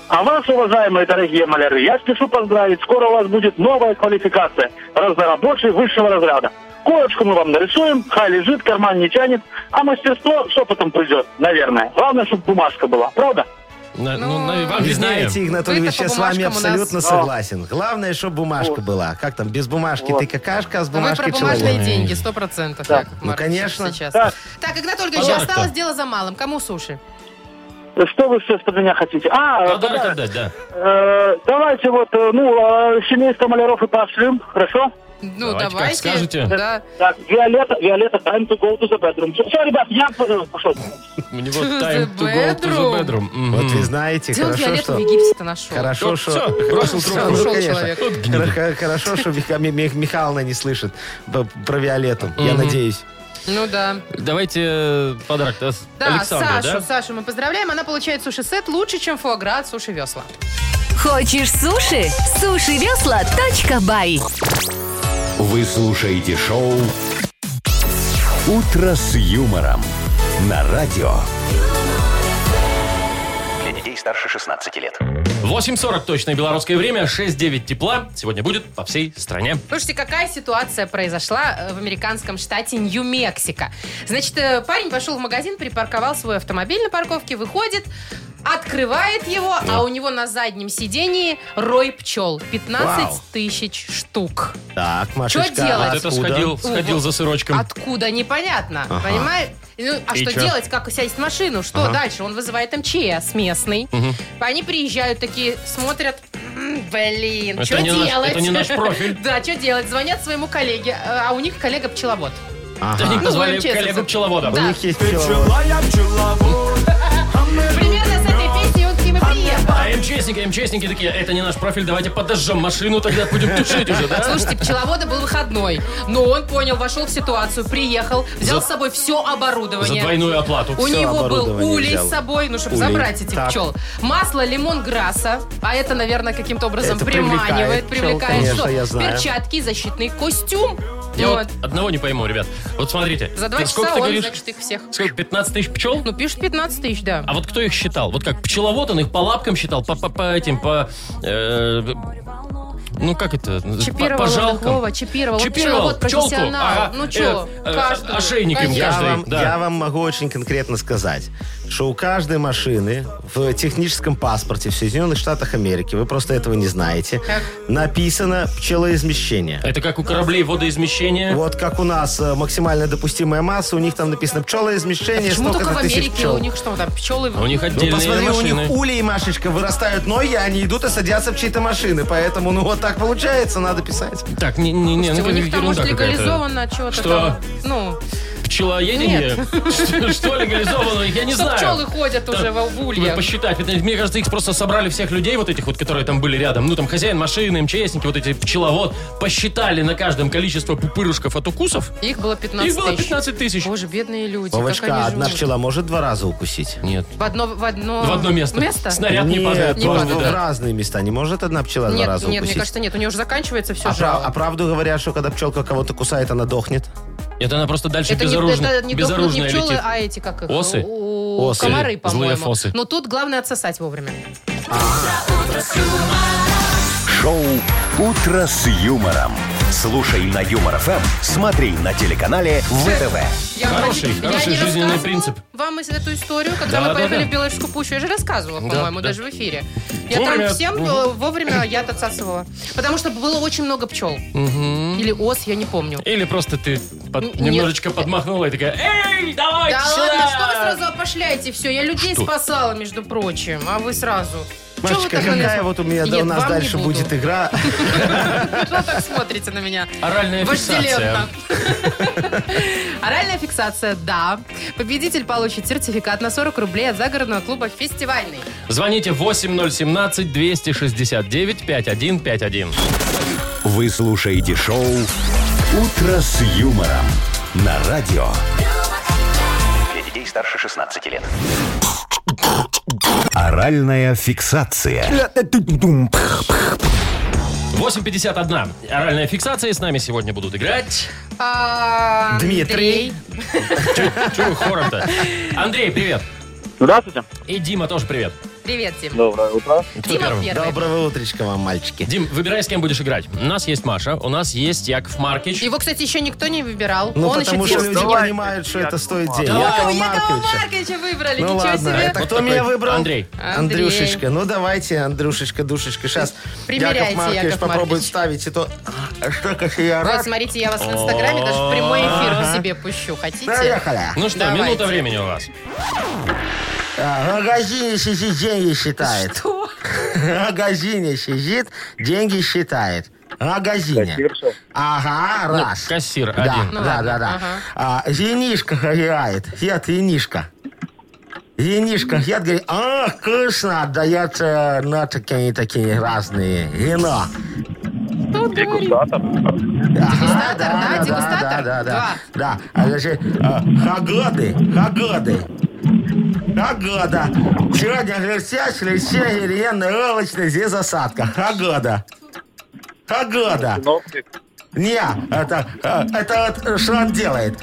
S5: А вас, уважаемые дорогие маляры, я спешу поздравить. Скоро у вас будет новая квалификация. Разнорабочий высшего разряда. Корочку мы вам нарисуем, хай лежит, карман не тянет, а мастерство шепотом придет, наверное. Главное, чтобы бумажка была, правда?
S2: На- ну,
S4: Ну,
S2: на- вам
S3: Вы
S2: виднее.
S3: знаете, Игнат
S4: Ну, это
S3: Ольгович,
S4: по
S3: я с вами
S4: бумажкам у нас.
S3: абсолютно
S4: О.
S3: согласен. Главное, чтобы бумажка была. Как там, без бумажки ты какашка, а с
S4: Ну, Вы про
S3: бумажкой
S4: бумажные
S3: человек.
S4: деньги, сто процентов.
S5: Да.
S4: Яков
S3: Ну,
S4: Маркович,
S3: конечно.
S4: Сейчас.
S5: Да.
S4: Так, Игнат Ольгович,
S2: Подарок-то.
S4: осталось дело за малым. Кому суши?
S5: Что вы сейчас под меня хотите? А, э,
S2: Подарок
S5: да,
S2: отдать, да.
S5: э, давайте вот, э, ну, э, семейство маляров и пошлем, хорошо?
S4: Ну,
S2: Давайте, как
S4: давайте.
S2: скажете.
S4: Да.
S5: Так, Виолетта, Виолетта, time to go to the bedroom. Все, ребят, я э, пошел.
S2: (laughs) У него
S4: To
S2: time
S4: the
S2: to go to the
S4: bedroom.
S2: bedroom. Мгм.
S3: Вот вы знаете,
S4: Где он
S3: хорошо,
S4: Виолетту в
S3: что...
S4: Египте-то нашел?
S3: Хорошо,
S2: Всё,
S3: что...
S2: бросил
S3: Всё,
S2: трубку.
S3: ну,
S4: Ушел
S3: конечно.
S4: человек.
S2: Вот гнида.
S3: Хоро- Хорошо, что Миха- Ми- Ми- Михайловна не слышит б- про Виолетту. Я
S2: Мгм.
S3: надеюсь.
S4: Ну да.
S2: Давайте э, подарок да, с-
S4: Да,
S2: Александра,
S4: Сашу,
S2: да?
S4: Сашу мы поздравляем. Она получает суши-сет лучше, чем фуагра от суши-весла.
S10: Хочешь суши? Сушивесла.бай
S1: Вы слушаете шоу «Утро с юмором» на радио.
S7: Для детей старше 16 лет.
S2: 8.40 точное белорусское время, 6.9 тепла. Сегодня будет по всей стране.
S4: Слушайте, какая ситуация произошла э, в американском штате Нью-Мексико? Значит, э, парень пошел в магазин, припарковал свой автомобиль на парковке, выходит, открывает его, а у него на заднем сидении рой пчел. 15
S3: Вау.
S4: тысяч штук.
S3: Так, Машечка,
S4: делать?
S2: Вот это
S3: откуда?
S2: сходил, сходил
S4: вот.
S2: за сырочком.
S4: Откуда, непонятно.
S3: Ага.
S4: Понимаешь? Ну, а
S2: И
S4: что
S2: чё?
S4: делать? Как сядет в машину? Что дальше? Он вызывает МЧС местный. Они приезжают такие, смотрят. «М, Блин,
S2: Это
S4: что
S2: не наш-
S4: делать?
S2: это не наш профиль.
S4: (laughs) Да, что делать? Звонят своему коллеге, э, а у них коллега пчеловод.
S3: Ага.
S2: Они позвали
S4: честно,
S2: коллегу
S4: за-
S2: пчеловода.
S3: У
S4: Да.
S3: них есть пчеловод.
S4: Примерно с этой песней он к ним и приехал.
S2: А МЧСники, МЧСники такие, это не наш профиль, давайте подожжем машину, тогда будем
S4: (laughs)
S2: тушить уже, (laughs) да?
S4: Слушайте, пчеловода был выходной, но он понял, вошел в ситуацию, приехал, взял
S2: За-
S4: с собой все
S2: За
S4: оборудование.
S2: двойную оплату.
S4: У
S3: Всё
S4: него был
S3: оборудование
S4: улей
S3: взял.
S4: с собой, ну, чтобы
S3: Улей.
S4: забрать этих
S3: Так.
S4: пчел. Масло лимонграсса, а это, наверное, каким-то образом
S3: Это привлекает пчел,
S4: приманивает, привлекает.
S3: конечно,
S4: что?
S3: я знаю.
S4: Перчатки, защитный костюм.
S2: Я
S4: Вот.
S2: вот одного не пойму, ребят. Вот смотрите.
S4: За два
S2: ты
S4: часа
S2: Сколько ты
S4: он,
S2: говоришь?
S4: значит, их всех.
S2: Сколько? 15 тысяч пчел?
S4: Ну, пишет 15 тысяч, да.
S2: А вот кто их считал? Вот как пчеловод, он их по лапкам считал, по, по, по этим, по... э, ну, как это? по,
S4: Чипировал
S2: по
S4: он их,
S2: жалкам.
S4: Вова, чипировал. Вот пчеловод
S2: пчелку.
S4: профессионал.
S2: Ага,
S4: Ну, чё,
S2: э, э,
S4: каждую.
S2: Ошейник им
S4: Конечно.
S3: Я
S2: каждый.
S3: вам,
S2: да.
S3: я вам могу очень конкретно сказать, что у каждой машины в техническом паспорте в Соединенных Штатах Америки, вы просто этого не знаете,
S4: Как?
S3: написано пчелоизмещение.
S2: Это как у кораблей водоизмещение.
S3: Вот как у нас э, максимально допустимая масса, у них там написано пчелоизмещение,
S4: А Почему только
S3: столько-то
S4: в
S3: тысяч
S4: Америке
S3: пчел.
S4: у них что там, пчелы?
S2: А У них
S3: Ну,
S2: отдельные
S3: посмотри, у
S2: машины.
S3: них улей, Машечка, вырастают ноги, они идут и садятся в чьи-то машины. Поэтому, ну, вот так получается, надо писать.
S2: Так, не, не, не, ну,
S4: у
S2: какая-то
S4: них там, может,
S2: ерунда какая-то.
S4: легализовано чего-то
S2: Что?
S4: там. Ну,
S2: Пчелоедение? (laughs) Что- Что легализовано? Я не
S4: что
S2: знаю.
S4: пчелы ходят
S2: Там,
S4: уже в- в
S2: Вы
S4: ульях.
S2: посчитать. ведь, Мне кажется, их просто собрали всех людей, вот этих вот, которые там были рядом. Ну, там хозяин машины, МЧСники, вот эти пчеловод. Посчитали на каждом количество пупырушков от укусов.
S4: Их было 15
S2: Их было
S4: тысяч.
S2: 15 тысяч.
S4: Боже, бедные люди, как они
S3: Вовочка, одна
S4: живут.
S3: пчела может два раза укусить?
S2: Нет.
S4: В одно, в одно...
S2: В одно место. Снаряд не падает.
S3: Нет,
S4: Не
S3: в-
S4: падает,
S3: в
S2: да.
S3: разные места. Не может одна пчела два
S4: Нет,
S3: раза
S4: нет, мне
S3: укусить?
S4: кажется, нет. У нее уже заканчивается все
S3: А, прав- а
S4: жалко.
S3: правду говорят, что когда пчелка кого-то кусает, она дохнет?
S2: Это она просто дальше
S4: Это не, это
S2: безоружно-
S4: не дохнут не
S2: безоружная
S4: пчелы,
S2: летит.
S4: а эти как их?
S2: Осы?
S4: У-
S3: Осы.
S4: Комары,
S2: Злые
S4: по-моему.
S2: фосы.
S4: Но тут главное отсосать вовремя.
S1: Шоу «Утро с юмором». Слушай на Юмор ФМ, смотри на телеканале ВТВ.
S4: Я
S2: Хороший,
S4: вам- я
S2: хороший
S4: не
S2: жизненный
S4: рассказывала
S2: принцип.
S4: Вам из- эту историю, когда
S2: Да, да,
S4: мы поехали
S2: да.
S4: в Белорусскую пущу, я же рассказывала,
S2: Да,
S4: по-моему,
S2: да.
S4: даже в эфире. Я
S2: Вовремя.
S4: там всем
S2: Мгм.
S4: э, вовремя я отсасывала. Потому что было очень много пчел. Или ос, я не помню.
S2: Или просто ты под-
S4: Н- нет.
S2: немножечко подмахнула и такая, эй, давай,
S4: Да
S2: пчела!»
S4: ладно, что вы сразу опошляете все? Я людей
S2: Что?
S4: спасала, между прочим, а вы сразу. Чё вы
S3: Машечка,
S4: так на меня
S3: какая
S4: смо-
S3: вот у меня
S4: Нет,
S3: у нас
S4: вам не
S3: дальше
S4: буду.
S3: будет
S4: (laughs)
S3: игра?
S4: Что так смотрите на меня?
S2: Оральная
S4: Вожделенно.
S2: фиксация.
S4: Оральная фиксация, да. Победитель получит сертификат на 40 рублей от загородного клуба «Фестивальный».
S2: Звоните 8017-269-5151.
S1: Вы слушаете шоу «Утро с юмором» на радио.
S7: Для детей старше 16 лет.
S1: Оральная фиксация.
S2: 8.51. Оральная фиксация. С нами сегодня будут играть...
S4: А,
S3: Дмитрий.
S2: Чего вы хором-то? Андрей, привет.
S9: Здравствуйте.
S2: И Дима тоже привет.
S4: Привет, Дим.
S9: Доброе утро.
S2: Кто
S4: Дима
S2: первым?
S4: первый.
S3: Доброго утречка вам, мальчики.
S2: Дим, выбирай, с кем будешь играть. У нас есть Маша, у нас есть Яков Маркич.
S4: Его, кстати, еще никто не выбирал.
S3: Ну,
S4: Он
S3: потому
S4: еще
S3: что
S4: первый.
S3: люди
S9: Давайте,
S3: понимают, что это
S9: Яков
S3: стоит
S9: Маркович.
S3: денег.
S4: О,
S3: Якова
S4: А, Якова
S3: Марковича.
S4: Марковича выбрали,
S3: Ну
S4: ничего
S3: ладно,
S4: себе.
S3: это
S2: Вот
S3: кто
S2: такой
S3: меня выбрал?
S2: Андрей.
S4: Андрей.
S3: Андрюшечка, ну давайте, Андрюшечка, душечка. Сейчас
S4: Примеряйте,
S3: Яков Маркович
S4: Яков
S3: попробует
S4: Маркович.
S3: ставить и то. А Что, как я
S4: Вот,
S3: рад.
S4: смотрите, я вас в Инстаграме даже в прямой эфир
S3: Ага.
S4: себе пущу. Хотите?
S3: Поехали.
S2: Ну что,
S4: Давайте.
S2: минута времени у вас.
S3: А, В магазине сидит, деньги считает.
S4: Что?
S3: (laughs) В магазине сидит, деньги считает. В магазине.
S9: Кирша.
S3: Ага, раз.
S2: кассир
S3: да,
S2: один.
S4: Ну
S3: да,
S4: ладно,
S3: да, да,
S4: ага.
S3: А, Зенишка играет. Нет, Енишка. Енишка. Я говорю, а, вкусно отдает э, на такие такие разные вино.
S4: Кто говорит?
S3: Ага,
S4: Дегустатор, да, дегустатор?
S3: Да, да,
S4: Два.
S3: да. Да. А значит, э, Хагоды, Хагоды. Хагода. Сегодня жертяж, лещи, гириенный, овощный, здесь засадка. Хагода. Хагода.
S9: Ну,
S3: Не, это, э, это вот что он делает?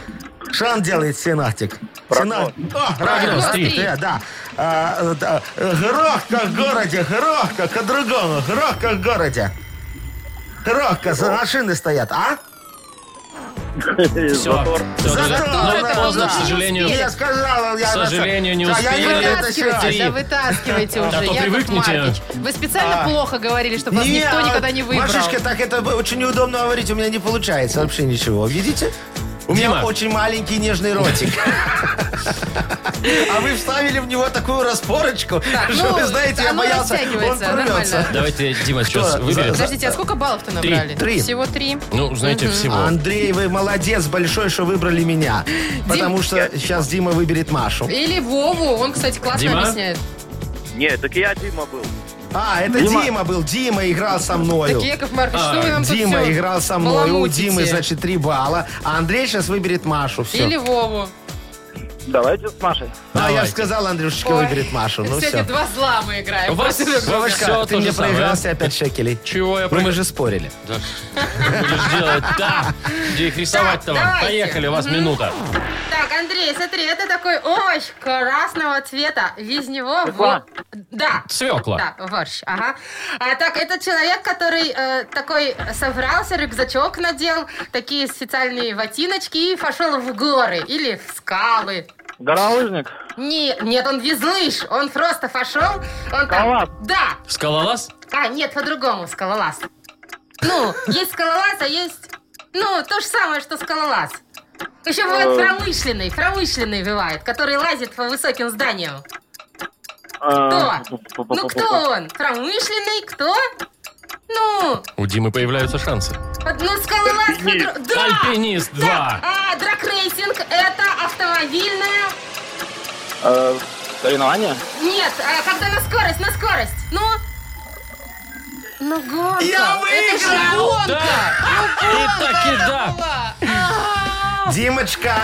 S3: Что он делает, синоптик?
S9: Прогноз.
S3: Сино- О, прогноз,
S4: три.
S3: Э, да. А, э, да. Грохка в городе, грохка по-другому, грохка в городе. Грохка, за машины стоят, а?
S2: Все.
S3: Затор, да, да.
S2: Ну, поздно, к сожалению.
S4: Нет.
S3: Я сказал, я...
S2: К сожалению, не
S3: Да, я
S2: успели.
S3: не это А
S4: Вытаскивайте, да
S3: считаю.
S4: вытаскивайте уже.
S2: то
S4: Яков
S2: привыкните.
S4: Маркович. Вы специально плохо говорили, чтобы вас
S3: А. Не, а
S4: никто никогда не выбрал.
S3: Машечка, так это очень неудобно говорить, у меня не получается вообще ничего. Видите? У
S2: Дима.
S3: меня очень маленький нежный (laughs) ротик. А вы вставили в него такую распорочку,
S4: Так,
S3: что
S4: ну,
S3: вы знаете, я
S4: оно
S3: боялся, он
S4: растягивается,
S3: порвется.
S4: нормально.
S2: Давайте Дима сейчас
S3: за-
S2: выберет.
S4: Подождите, а сколько баллов-то набрали?
S3: Три.
S4: Всего три.
S2: Ну, знаете, всего.
S3: Андрей, вы молодец большой, что выбрали меня. Потому что сейчас Дима выберет Машу.
S4: Или Вову, он, кстати, классно
S2: Дима?
S4: объясняет.
S9: Нет, так я Дима был.
S3: А, это Дима, был. Дима играл со мною.
S4: Так, Яков Маркович, что вы нам тут
S3: А, Дима
S4: всё
S3: играл со мной. У
S4: баламутите?
S3: Димы, значит, три балла. А Андрей сейчас выберет Машу. Все.
S4: Или Вову.
S6: Давайте с Машей.
S3: Да, А, я
S2: Давайте.
S3: же сказал, Андрюшечка
S4: Ой,
S3: выберет Машу. Ну
S4: Сегодня
S3: все.
S4: два зла мы играем.
S2: У вас
S4: Против друг
S2: Вовочка,
S4: друга.
S2: Всё
S3: ты
S2: то
S3: мне
S2: же самое.
S3: проиграл себе опять шекелей.
S2: Чего я
S3: Ну, мы
S2: проиграл?
S3: же спорили.
S2: Да что будешь делать? Да. Где их рисовать-то вам?
S4: давайте.
S2: Поехали, у вас минута.
S4: Так, Андрей, смотри, это такой овощ красного цвета. Из него...
S6: Свекла.
S4: вот- Да.
S2: Свекла.
S4: Да, борщ, ага. А, так, это человек, который э, такой собрался, рюкзачок надел, такие специальные ботиночки и пошел в горы или в скалы.
S6: Горолыжник?
S4: Не, нет, он без лыж, он просто пошел, он там...
S6: Скалолаз.
S4: Да,
S2: Скалолаз?
S4: а, нет, по-другому, скалолаз. Ну, есть скалолаз, а есть... Ну, то же самое, что скалолаз. Еще бывает
S6: Э.
S4: промышленный, промышленный бывает, который лазит по высоким зданиям.
S6: Э,
S4: Кто? Ну, кто он? Промышленный, кто? Ну,
S2: У Димы появляются шансы.
S4: вот, ну, скалолаз...
S6: Альпинист.
S4: подро- Да!
S2: Альпинист,
S4: Так,
S2: два.
S4: А, дракрейсинг – это автомобильная...
S6: э, Соревнования?
S4: Нет, а, когда на скорость, на скорость. Ну, ну, гонка.
S3: Я
S4: Это же
S3: выиграл!
S4: гонка.
S2: И так и да.
S3: Димочка,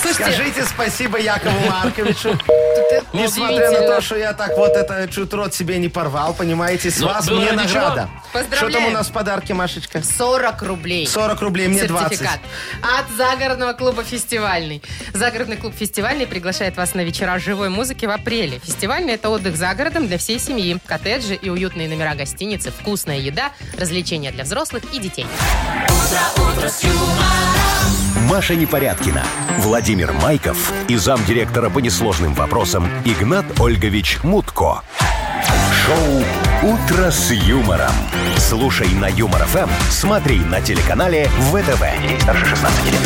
S4: Слушайте,
S3: скажите спасибо Якову
S2: (laughs)
S3: Марковичу.
S4: это
S3: Несмотря на то,
S4: удивительно.
S3: что я так вот это чуть рот себе не порвал, понимаете, с
S2: Ну,
S3: вас
S2: было
S3: мне
S2: ничего.
S3: награда. Что
S4: Поздравляем.
S3: там у нас в подарке, Машечка?
S4: 40 рублей.
S3: 40 рублей, мне 20.
S4: Сертификат от загородного клуба «Фестивальный». Загородный клуб «Фестивальный» приглашает вас на вечера живой музыки в апреле. Фестивальный – это отдых за городом для всей семьи. Коттеджи и уютные номера гостиницы, вкусная еда, развлечения для взрослых и детей.
S1: Маша Непорядкина, Владимир Майков и замдиректора по несложным вопросам Игнат Ольгович Мутко. Шоу «Утро с юмором». Слушай на Юмор ФМ, смотри на телеканале ВТВ. Ей старше 16 лет.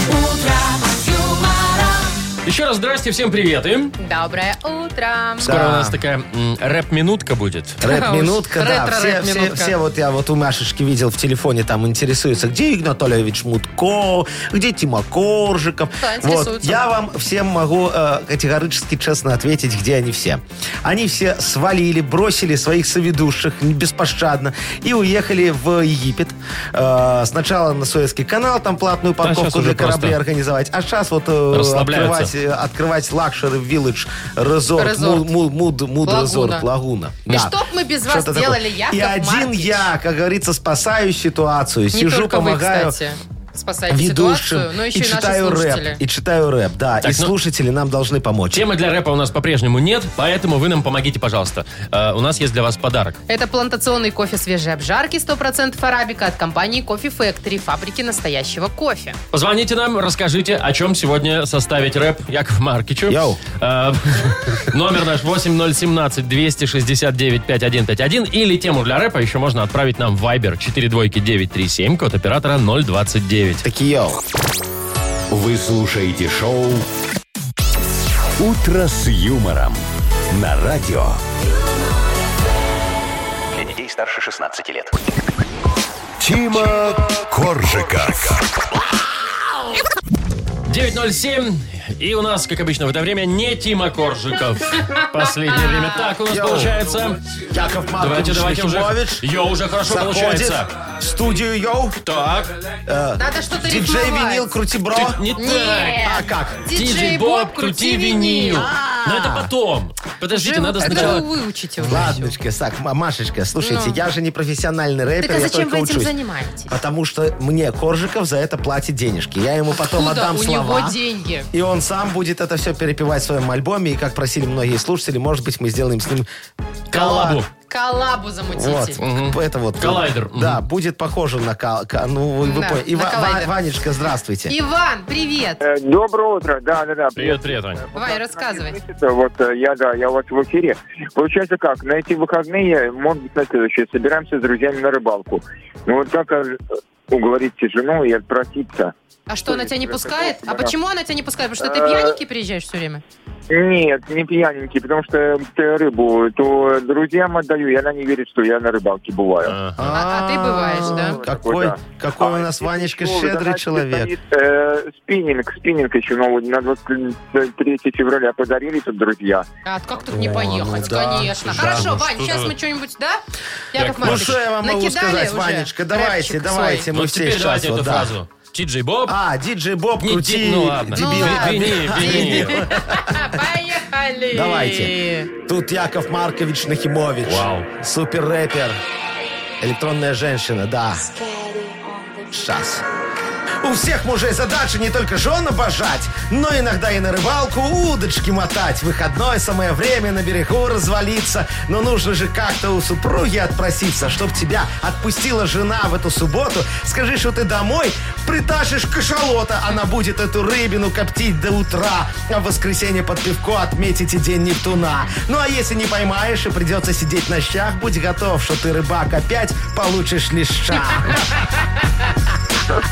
S2: Еще раз здрасте, всем привет. И
S4: Доброе утро.
S2: скоро
S3: Да.
S2: у нас такая м, рэп-минутка будет.
S3: Рэп-минутка, да. Все,
S4: Ретро-рэп-минутка.
S3: все, все, вот я вот у Машечки видел в телефоне, там интересуются, где Игнат Олегович Мутко, где Тима Коржиков.
S4: Да,
S3: вот,
S4: интересуются.
S3: я вам всем могу э, категорически честно ответить, где они все. Они все свалили, бросили своих соведущих беспощадно и уехали в Египет. Э, сначала на Суэцкий канал, там платную
S2: щас
S3: парковку
S2: уже
S3: для кораблей
S2: просто
S3: организовать, а сейчас вот э,
S2: Расслабляются.
S3: открывать, э, открывать лакшеры вилледж, резорт,
S4: Резорт.
S3: муд, муд, муд
S4: Лагуна.
S3: резорт, лагуна.
S4: И чтоб мы без вас
S3: Что-то
S4: делали, Яков
S3: И один
S4: Маркович.
S3: я, как говорится, спасаю ситуацию.
S4: Не
S3: Сижу,
S4: только
S3: помогаю
S4: вы, кстати, спасаете
S3: ведущим
S4: ситуацию, но еще
S3: и
S4: и,
S3: читаю
S4: наши
S3: рэп.
S4: слушатели.
S3: И читаю рэп, да.
S2: Так,
S3: и
S2: ну-
S3: слушатели нам должны помочь.
S2: Темы для рэпа у нас по-прежнему нет, поэтому вы нам помогите, пожалуйста. Э, у нас есть для вас подарок.
S4: Это плантационный кофе свежей обжарки 100% арабика от компании Coffee Factory, фабрики настоящего кофе.
S2: Позвоните нам, расскажите, о чем сегодня составить рэп Яков Маркичу.
S3: Йоу.
S2: Э, (laughs) Номер наш 8017-269-5151. Или тему для рэпа еще можно отправить нам в Viber 42937, код оператора 029.
S3: Такие, йоу.
S1: Вы слушаете шоу «Утро с юмором» на радио.
S7: Для детей старше 16 лет.
S1: Тима Коржика.
S2: 907. И у нас, как обычно, в это время не Тима Коржиков. Последнее время так у нас
S3: Йоу.
S2: получается.
S3: Яков Маркович
S2: Давайте, давайте уже.
S3: Нахимович
S2: Йоу, уже хорошо
S3: заходит
S2: получается.
S3: в студию, йоу.
S2: Так.
S4: Надо что-то
S3: Диджей
S4: рифмовать.
S3: Винил, крути бро.
S2: Ты- Не так.
S4: Нет.
S3: А как?
S4: Диджей Боб, крути винил. А,
S2: Но это потом. Подождите, надо
S4: Это
S2: сначала...
S4: вы выучите уже.
S3: Ладночка, так, Ма- Машечка, слушайте,
S4: Ну.
S3: я же не профессиональный рэпер,
S4: Так а
S3: я
S4: зачем
S3: только
S4: вы этим
S3: учусь. А
S4: занимаетесь?
S3: Потому что мне Коржиков за это платит денежки. Я ему потом
S4: Откуда
S3: отдам
S4: у
S3: слова.
S4: него деньги?
S3: И он сам будет это все перепевать в своем альбоме. И как просили многие слушатели, может быть, мы сделаем с ним
S2: Коллабу.
S4: Коллабу
S3: Вот,
S4: замутите.
S3: это вот.
S2: Коллайдер.
S3: Да, будет похоже на кал... ка- Ну, вы, вы
S4: Да,
S3: поняли. И
S4: на
S3: Ва- Ва-
S4: коллайдер.
S3: Ванечка, здравствуйте.
S4: Иван, привет.
S9: Э, Доброе утро, да, да, да.
S2: Привет, привет, Вань.
S4: Вань, рассказывай.
S9: Месяца, Вот э, я, да, я у вас в эфире. Получается как, на эти выходные, может быть, на следующие, собираемся с друзьями на рыбалку. Ну вот как э, уговорить жену и отпроситься.
S4: А что, она тебя не
S9: это
S4: пускает?
S9: просто,
S4: А
S9: да.
S4: почему она тебя не пускает? Потому что ты
S9: Э,
S4: пьяненький приезжаешь все время?
S9: Нет, не пьяненький, потому что э, рыбу то друзьям отдаю, и она не верит, что я на рыбалке бываю.
S4: А, а ты бываешь, да?
S3: Какой,
S9: да.
S3: какой у нас Ванечка щедрый человек.
S9: Э, спиннинг, спиннинг еще новый на 23 февраля подарили тут друзья.
S4: А как тут не
S3: О,
S4: поехать,
S3: ну да,
S4: конечно.
S3: да,
S4: Хорошо,
S2: ну
S4: Вань,
S2: что
S4: сейчас
S2: же.
S4: мы что-нибудь, да? Яков
S3: Ну
S4: Маркович,
S3: что я вам могу
S4: накидали
S3: сказать,
S4: уже
S3: Ванечка?
S4: рэпчик
S3: Давайте, давайте,
S4: свой?
S3: мы
S2: Ну,
S3: все
S2: теперь
S3: сейчас
S2: давайте
S3: вот,
S2: эту
S3: да.
S2: фразу. Ти-Джей Боб.
S3: А, диджей Боб,
S2: Не
S3: крути,
S2: ди- ну ладно.
S3: дебил.
S4: Ну ладно.
S2: Вини, вини.
S4: (laughs) Поехали!
S3: Давайте. Тут Яков Маркович Нахимович.
S2: Вау.
S3: Супер рэпер. Электронная женщина, да. Сейчас. У всех мужей задача не только жен обожать, но иногда и на рыбалку удочки мотать. Выходное самое время на берегу развалиться. Но нужно же как-то у супруги отпроситься, чтоб тебя отпустила жена в эту субботу. Скажи, что ты домой притащишь кашалота. Она будет эту рыбину коптить до утра. А в воскресенье под пивко отметите день Нептуна. Ну а если не поймаешь и придется сидеть на щах, будь готов, что ты рыбак опять получишь леща.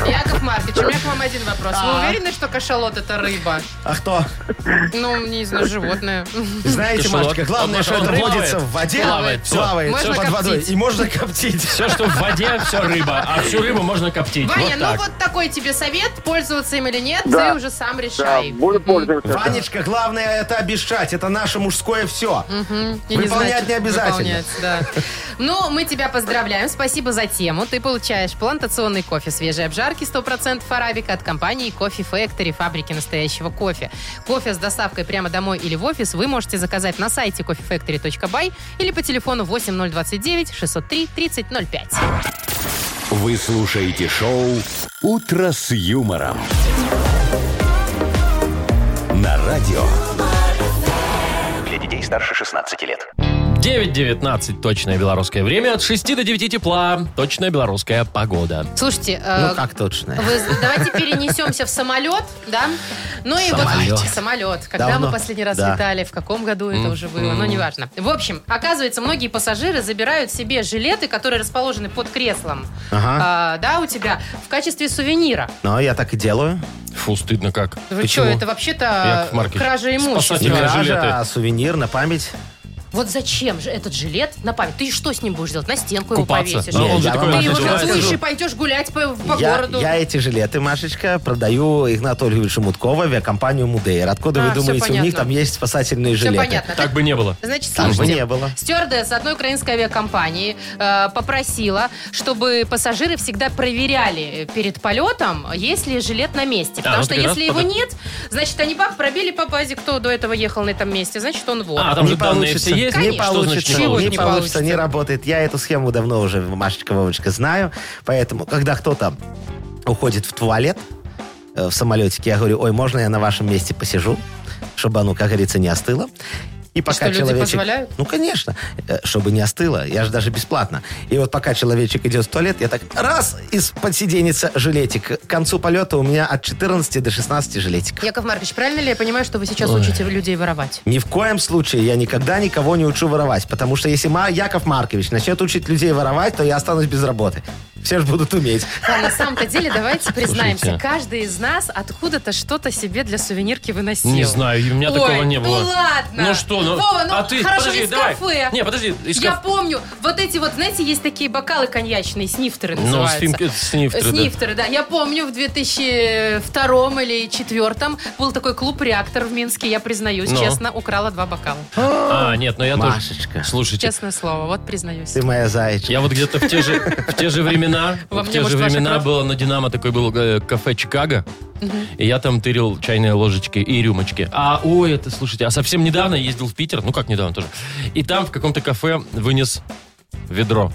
S4: Яков Маркович, у меня к вам один вопрос. Вы уверены, что кашалот это рыба?
S3: А кто?
S4: Ну, не знаю, животное.
S3: Знаете,
S2: Кашалот.
S3: Машечка, главное,
S2: Он-
S3: что
S2: он
S3: это
S2: плавает.
S3: водится в воде,
S2: Плавает, всё.
S3: плавает,
S4: Можно
S3: всё под водой.
S4: коптить.
S3: И можно коптить.
S2: Все, что в воде, все рыба. А всю рыбу можно коптить.
S4: Ваня,
S2: Вот
S4: ну
S2: так.
S4: вот такой тебе совет, пользоваться им или нет,
S9: Да.
S4: ты уже сам
S9: Да,
S4: решай.
S9: буду пользоваться.
S3: Ванечка, главное это обещать. Это наше мужское все.
S4: И не
S3: Выполнять
S4: значит
S3: не обязательно.
S4: выполнять, да. Ну, мы тебя поздравляем. Спасибо за тему. Ты получаешь плантационный кофе свежей обжарки 100% арабика от компании Coffee Factory, фабрики настоящего кофе. Кофе с доставкой прямо домой или в офис вы можете заказать на сайте coffeefactory.by или по телефону 8029 603 3005.
S1: Вы слушаете шоу «Утро с юмором». На радио.
S7: Для детей старше 16 лет.
S2: 9.19 точное белорусское время. От 6 до 9 тепла. Точная белорусская погода.
S4: Слушайте, э,
S3: Ну как точно?
S4: вы- давайте перенесемся в самолет, да? Ну и
S3: Самолет.
S4: вот самолет. Когда
S3: Давно.
S4: мы последний раз
S3: Да.
S4: летали, в каком году это уже было, ну неважно. В общем, оказывается, многие пассажиры забирают себе жилеты, которые расположены под креслом,
S3: Ага.
S4: а, да, у тебя, в качестве сувенира.
S3: Ну, я так и делаю.
S2: Фу, стыдно как.
S4: Вы что,
S2: Почему?
S4: это вообще-то
S2: Яков Маркович,
S4: кража имущества.
S3: Не
S2: спасатель. Сувенирные
S3: кража,
S2: жилеты.
S3: а сувенир на память.
S4: Вот зачем же этот жилет на память? Ты что с ним будешь делать? На стенку
S2: Купаться.
S4: его повесишь.
S2: Ну, он же
S3: Я
S2: такой
S3: вам
S4: Ты его
S3: сначала
S2: одноразовый.
S4: готовишь
S3: скажу.
S4: и пойдешь гулять по, по
S3: я,
S4: городу.
S3: я эти жилеты, Машечка, продаю Игнату Ольговичу Муткову, авиакомпанию Мудейр. Откуда
S4: А,
S3: вы
S4: всё
S3: думаете, у них
S4: понятно.
S3: там есть спасательные
S4: Все
S3: жилеты?
S4: понятно.
S2: Так бы не было.
S4: Значит,
S3: Там бы
S4: слушайте,
S3: не было.
S4: стюардесса одной украинской авиакомпании э, попросила, чтобы пассажиры всегда проверяли э, перед полетом, есть ли жилет на месте. Потому
S2: ну
S4: что
S2: тогда
S4: если его
S2: под-
S4: нет, значит, они бах, пробили по базе, кто до этого ехал на этом месте, значит, он вор.
S2: А, там
S3: не
S2: же данные
S3: получится.
S2: все есть?
S3: Не
S4: Конечно.
S2: Что значит
S3: получится,
S2: не
S4: Чего
S3: не,
S2: получится?
S4: не
S3: получится, не
S4: получится?
S3: работает. Я эту схему давно уже, Машечка, Вовочка, знаю. Поэтому, когда кто-то уходит в туалет э, в самолетике, я говорю, ой, можно я на вашем месте посижу, чтобы оно, как говорится, не остыло. И пока
S4: что, люди
S3: человечек...
S4: позволяют?
S3: Ну, конечно, э, чтобы не остыло. Я же даже бесплатно. И вот пока человечек идет в туалет, я так раз из-под сиденья жилетик. К концу полета у меня от 14 до 16 жилетиков.
S4: А, Яков Маркович, правильно ли я понимаю, что вы сейчас учите людей воровать?
S3: Ни в коем случае я никогда никого не учу воровать, потому что если Ма- Яков Маркович начнет учить людей воровать, то я останусь без работы. Все же будут уметь. (laughs)
S4: А на самом-то деле, давайте признаемся,
S2: Слушайте.
S4: каждый из нас откуда-то что-то себе для сувенирки выносил.
S2: Не знаю, у меня
S4: Ой,
S2: такого не было.
S4: ну ладно.
S2: Ну что, ну,
S4: Вова, ну
S2: а ты,
S4: хорошо,
S2: подожди,
S4: из
S2: давай.
S4: кафе.
S2: Не, подожди, из
S4: Я
S2: кафе.
S4: помню, вот эти вот, знаете, есть такие бокалы коньячные, снифтеры
S2: Ну,
S4: называются.
S2: сфинк- снифтеры, да.
S4: Снифтеры, да. Я помню, в 2002 или 2004 был такой клуб «Реактор» в Минске. Я признаюсь,
S2: Ну.
S4: честно, украла два бокала.
S2: А, нет, но я тоже...
S3: Машечка.
S2: Слушайте,
S4: Честное слово, вот признаюсь.
S3: Ты моя зайчка.
S2: Я вот где-то в те же, в те же времена,
S4: Во
S2: в
S4: мне,
S2: те же
S4: может, ваша
S2: времена
S4: кровь?
S2: было на Динамо такой был э, кафе Чикаго, и я там тырил чайные ложечки и рюмочки. А, ой, это, слушайте, а совсем недавно я ездил в Питер, ну как недавно тоже, и там в каком-то кафе вынес ведро.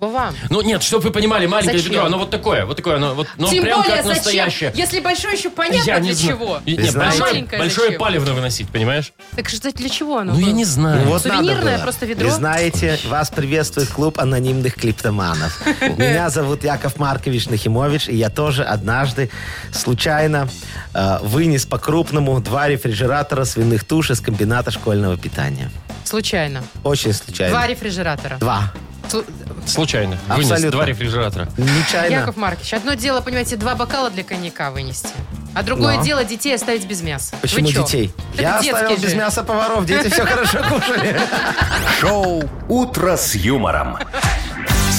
S4: Вова,
S2: Ну нет, чтобы вы понимали, маленькое
S4: Зачем?
S2: ведро, оно вот такое, вот такое, оно вот, но
S4: Тем
S2: Ну, прям
S4: более,
S2: как
S4: зачем?
S2: настоящее.
S4: Если большое, еще понятно, для
S2: знаю.
S4: чего.
S2: И-
S3: Ты
S2: нет,
S3: знаешь?
S2: большое,
S4: Маленькое
S2: большое
S4: зачем?
S2: палевно выносить, понимаешь?
S4: Так что для чего оно?
S2: Ну я
S4: было?
S2: не знаю.
S3: Вот надо
S4: Сувенирное
S3: было.
S4: просто ведро?
S3: Вы знаете, вас приветствует клуб анонимных
S4: (laughs)
S3: клиптоманов. Меня зовут Яков Маркович Нахимович, и я тоже однажды случайно э, вынес по-крупному два рефрижератора свиных туш из комбината школьного питания.
S4: Случайно.
S2: Э,
S3: Очень случайно.
S4: Два рефрижератора.
S3: Два.
S4: Ту-
S2: Случайно. Вынес
S3: Абсолютно.
S2: два рефрижератора.
S3: Нечаянно.
S4: Яков Маркович, одно дело, понимаете, два бокала для коньяка вынести, а другое
S3: Но.
S4: дело детей оставить без мяса. Вы
S3: Почему
S4: чё?
S3: детей?
S4: Так
S3: Я
S4: детские
S3: оставил
S4: же.
S3: без мяса поваров, дети все
S4: (laughs)
S3: хорошо кушали.
S1: Шоу «Утро с юмором».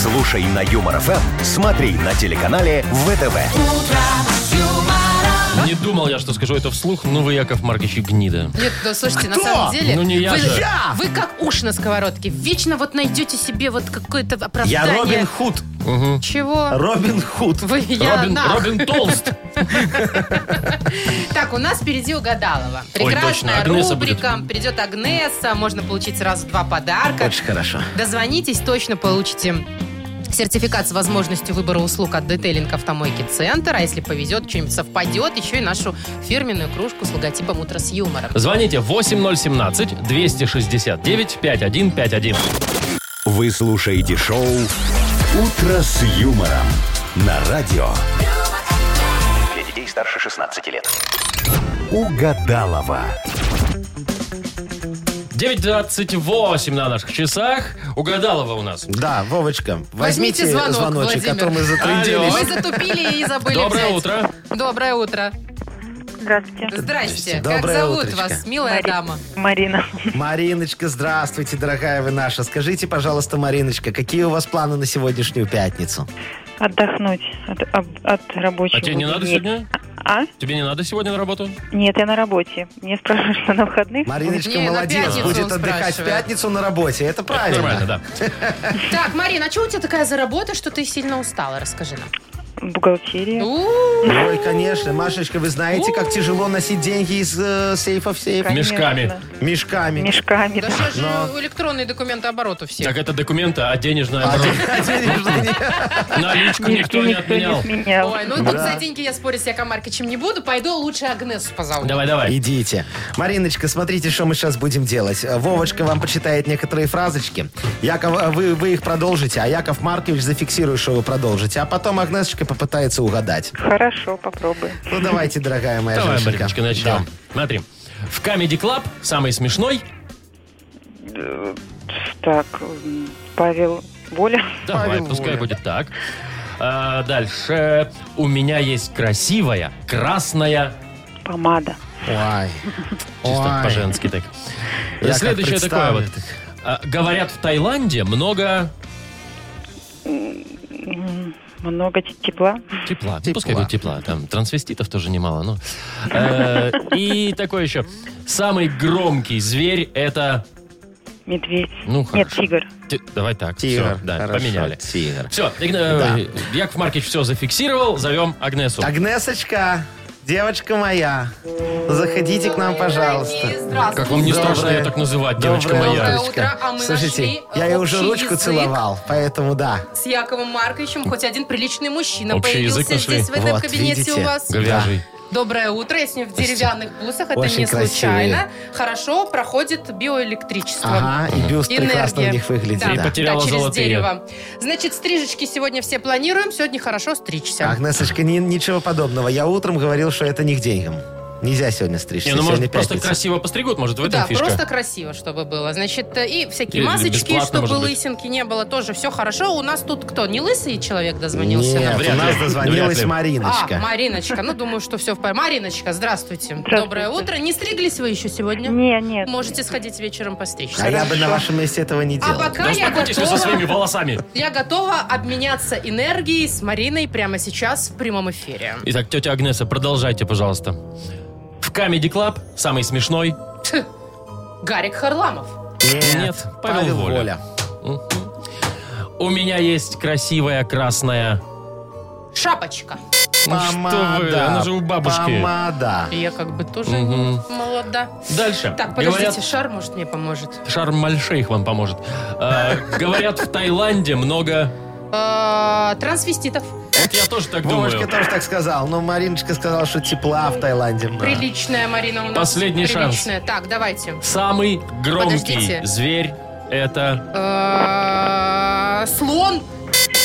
S1: Слушай на Юмор ФМ, смотри на телеканале ВТВ.
S2: Не думал я, что скажу это вслух, ну вы, Яков Маркович, и гнида.
S4: Нет, ну, слушайте, на
S3: Кто?
S4: самом деле...
S2: Ну, не я
S4: вы,
S2: же.
S3: Я!
S4: вы как уж на сковородке. Вечно вот найдете себе вот какое-то
S3: Я
S4: оправдание.
S3: Робин Худ.
S4: Чего?
S3: Робин Худ.
S4: Вы, я,
S2: Робин,
S4: на.
S2: Робин Толст.
S4: Так, у нас впереди Угадалова. Прекрасная
S2: точно, Агнеса
S4: рубрика. Придет Агнеса. Можно получить сразу два подарка.
S3: Очень хорошо.
S4: Дозвонитесь, точно получите сертификат с возможностью выбора услуг от детейлинг автомойки «Центр». А если повезет, что-нибудь совпадет, еще и нашу фирменную кружку с логотипом «Утро с юмором».
S2: Звоните 8017-269-5151.
S1: Вы слушаете шоу «Утро с юмором» на радио
S7: Для детей старше 16 лет.
S1: Угадалова.
S2: 9.28 на наших часах. Угадалова у нас.
S3: Да, Вовочка, возьмите
S4: Возьмите звонок,
S3: звоночек,
S4: Владимир.
S3: который мы
S2: Алло.
S3: затрудились.
S4: Мы затупили и забыли
S2: Доброе
S4: взять.
S2: утро.
S4: Доброе утро.
S11: Здравствуйте,
S4: Здрасте.
S3: Здрасте.
S4: Как
S3: Доброе
S4: зовут
S3: утречко.
S4: вас, милая
S11: Марина.
S4: дама?
S11: Марина.
S3: Мариночка, здравствуйте, дорогая вы наша. Скажите, пожалуйста, Мариночка, какие у вас планы на сегодняшнюю пятницу?
S11: Отдохнуть от, об- от рабочего.
S2: А тебе не надо
S11: дня.
S2: сегодня?
S11: А?
S2: Тебе не надо сегодня на работу?
S11: Нет, я на работе. Мне спрашивают, что на выходных.
S3: Мариночка,
S4: Не, на
S3: молодец,
S4: пятницу
S3: будет
S4: он
S3: отдыхать в
S4: спрашивает.
S3: пятницу на работе. Это правильно.
S2: Нормально, да.
S4: Так, Марина, а что у тебя такая за работа, что ты сильно устала? Расскажи нам.
S11: Бухгалтерия.
S4: Ну, У-у-у.
S3: Ой, конечно. Машечка, вы знаете, как тяжело носить деньги из э, сейфа в сейф?
S11: Конечно.
S2: Мешками.
S3: Мешками.
S11: Мешками.
S4: Да
S11: да.
S4: сейчас же электронные документы оборота все.
S2: Так это документы, а денежная оборот.
S3: А денежные нет.
S2: Наличку
S11: Деньги
S2: никто не
S11: никто
S2: отменял.
S11: не сменял.
S4: Ой, ну тут за деньги я спорить с Яком Марковичем не буду. Пойду лучше Агнесу позову.
S2: Давай, давай.
S3: Идите. Мариночка, смотрите, что мы сейчас будем делать. Э, Вовочка вам почитает некоторые фразочки. Яков, э, вы, вы их продолжите, а Яков Маркович зафиксирует, что вы продолжите. А потом Агнесочка попытается угадать.
S11: Хорошо, попробуем.
S3: Ну, давайте, дорогая моя
S2: Давай,
S3: Женечка.
S2: Мариночка, начнем. Смотри. В Comedy Club самый смешной.
S11: Э, Так, м, Павел Воля.
S2: Давай,
S3: Павел
S2: пускай
S3: Воля.
S2: будет так. А, Дальше. У меня есть красивая, красная.
S11: Помада.
S3: Да. Ой.
S2: Чисто
S3: Ой.
S2: по-женски так.
S3: Я как
S2: Следующее такое вот.
S3: представлю, так.
S2: А, Говорят, в Таиланде много
S11: М, Много те- тепла.
S2: Тепла. Ну,
S3: Тепла.
S2: Пускай будет тепла. Там трансвеститов тоже немало. Но. Э, И такой еще. Самый громкий зверь это...
S11: Медведь.
S2: Ну,
S11: Нет,
S2: хорошо.
S11: тигр.
S2: Ти- Давай так.
S3: Тигр.
S2: Все, да,
S3: Хорошо,
S2: поменяли.
S3: Тигр.
S2: Все, Яков Маркич все зафиксировал. Зовем Агнесу.
S3: Агнесочка, девочка моя, заходите к нам, пожалуйста.
S2: Как вам не
S3: Доброе-
S2: страшно ее так называть, девочка
S3: доброе
S2: моя?
S4: утро. Доброе утро, а мы
S3: Слушайте,
S4: нашли
S3: я ей уже
S4: общий
S3: ручку
S4: язык.
S3: целовал, поэтому да.
S4: С Яковом Марковичем хоть один приличный мужчина
S2: Общий
S4: появился
S2: язык нашли.
S4: здесь, в этом
S3: Вот,
S4: кабинете
S3: видите?
S4: у вас.
S2: Говяжий.
S4: Доброе утро. Я с ним в деревянных бусах. Это
S3: Очень
S4: не случайно.
S3: красивые.
S4: Хорошо проходит биоэлектричество.
S3: Ага, и бюст прекрасно
S4: Энергия.
S3: у них выглядит.
S2: И
S3: да.
S2: потеряла
S4: через
S2: золотые.
S4: дерево. Значит, стрижечки сегодня все планируем. Сегодня хорошо стричься.
S3: Агнесочка, ни- ничего подобного. Я утром говорил, что это не к деньгам. Нельзя сегодня стричься.
S2: Не, ну
S3: сегодня
S2: может просто
S3: пятница.
S2: красиво постригут, может в этом
S4: Да,
S2: фишка.
S4: просто красиво, чтобы было. Значит, э, и всякие
S2: Или
S4: масочки,
S2: бесплатно,
S4: чтобы
S2: может быть.
S4: лысинки не было, тоже все хорошо. У нас тут кто, не лысый человек дозвонился
S3: Нет,
S4: нам?
S2: Вряд
S3: у нас
S2: ли. Вряд
S3: дозвонилась
S2: ли.
S4: А,
S3: Мариночка.
S4: Мариночка. Ну, думаю, что все в порядке. Мариночка, здравствуйте.
S11: Здравствуйте.
S4: Доброе утро. Не стриглись вы еще сегодня?
S11: Не, нет.
S4: Можете сходить вечером постричься.
S3: А я бы на вашем месте этого не
S4: А
S3: делал.
S4: пока
S2: Да
S4: я
S2: успокойтесь вы со своими
S4: готова,
S2: волосами.
S4: я готова обменяться энергией с Мариной прямо сейчас в прямом эфире.
S2: Итак, тетя Агнеса, продолжайте, пожалуйста. В Comedy Club самый смешной.
S4: Гарик Харламов.
S2: Нет, Павел Воля. У меня есть красивая красная...
S4: Шапочка.
S2: Ну что вы,
S3: Помада,
S2: она же у бабушки.
S3: Помада.
S4: Я как бы тоже
S2: Мгм.
S4: молода.
S2: Дальше.
S4: Так, подождите,
S2: Говорят,
S4: шар, может, мне поможет.
S2: Шарм Мальшейх вам поможет. Э, Говорят, в Таиланде много...
S4: Э, Трансвеститов.
S2: Вот я тоже так
S3: Вовочка
S2: думаю.
S3: тоже так сказал, но Мариночка сказала, что тепла в Таиланде много.
S4: Приличная Марина у нас.
S2: Последний шанс.
S4: Приличная. Так, давайте.
S2: Самый громкий
S4: Подождите.
S2: зверь это...
S4: Э, Слон.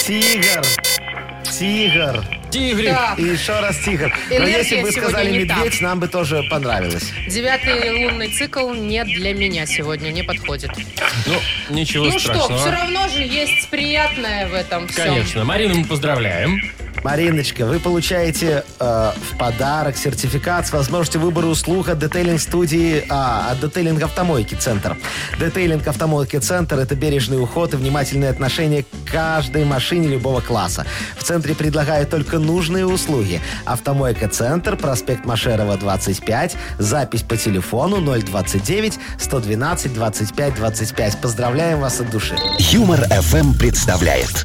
S3: Тигр. Тигр.
S2: Тигрик.
S4: Да.
S3: И еще раз тигр. Но
S4: Энергия
S3: если бы
S4: сегодня
S3: сказали
S4: не та.
S3: медведь, нам бы тоже понравилось.
S4: Девятый лунный цикл не для меня сегодня, не подходит.
S2: Ну, ничего
S4: Ну что,
S2: страшного.
S4: все равно же есть приятное в этом всем.
S2: Конечно. Марину мы поздравляем.
S3: Мариночка, вы получаете э, в подарок сертификат с возможностью выбора услуг от детейлинг-студии, а, от детейлинг автомойки центр. Детейлинг автомойки центр это бережный уход и внимательное отношение к каждой машине любого класса. В центре предлагают только нужные услуги. Автомойка центр, проспект Машерова 25, запись по телефону 029 112 25 25. Поздравляем вас от души.
S1: Юмор FM представляет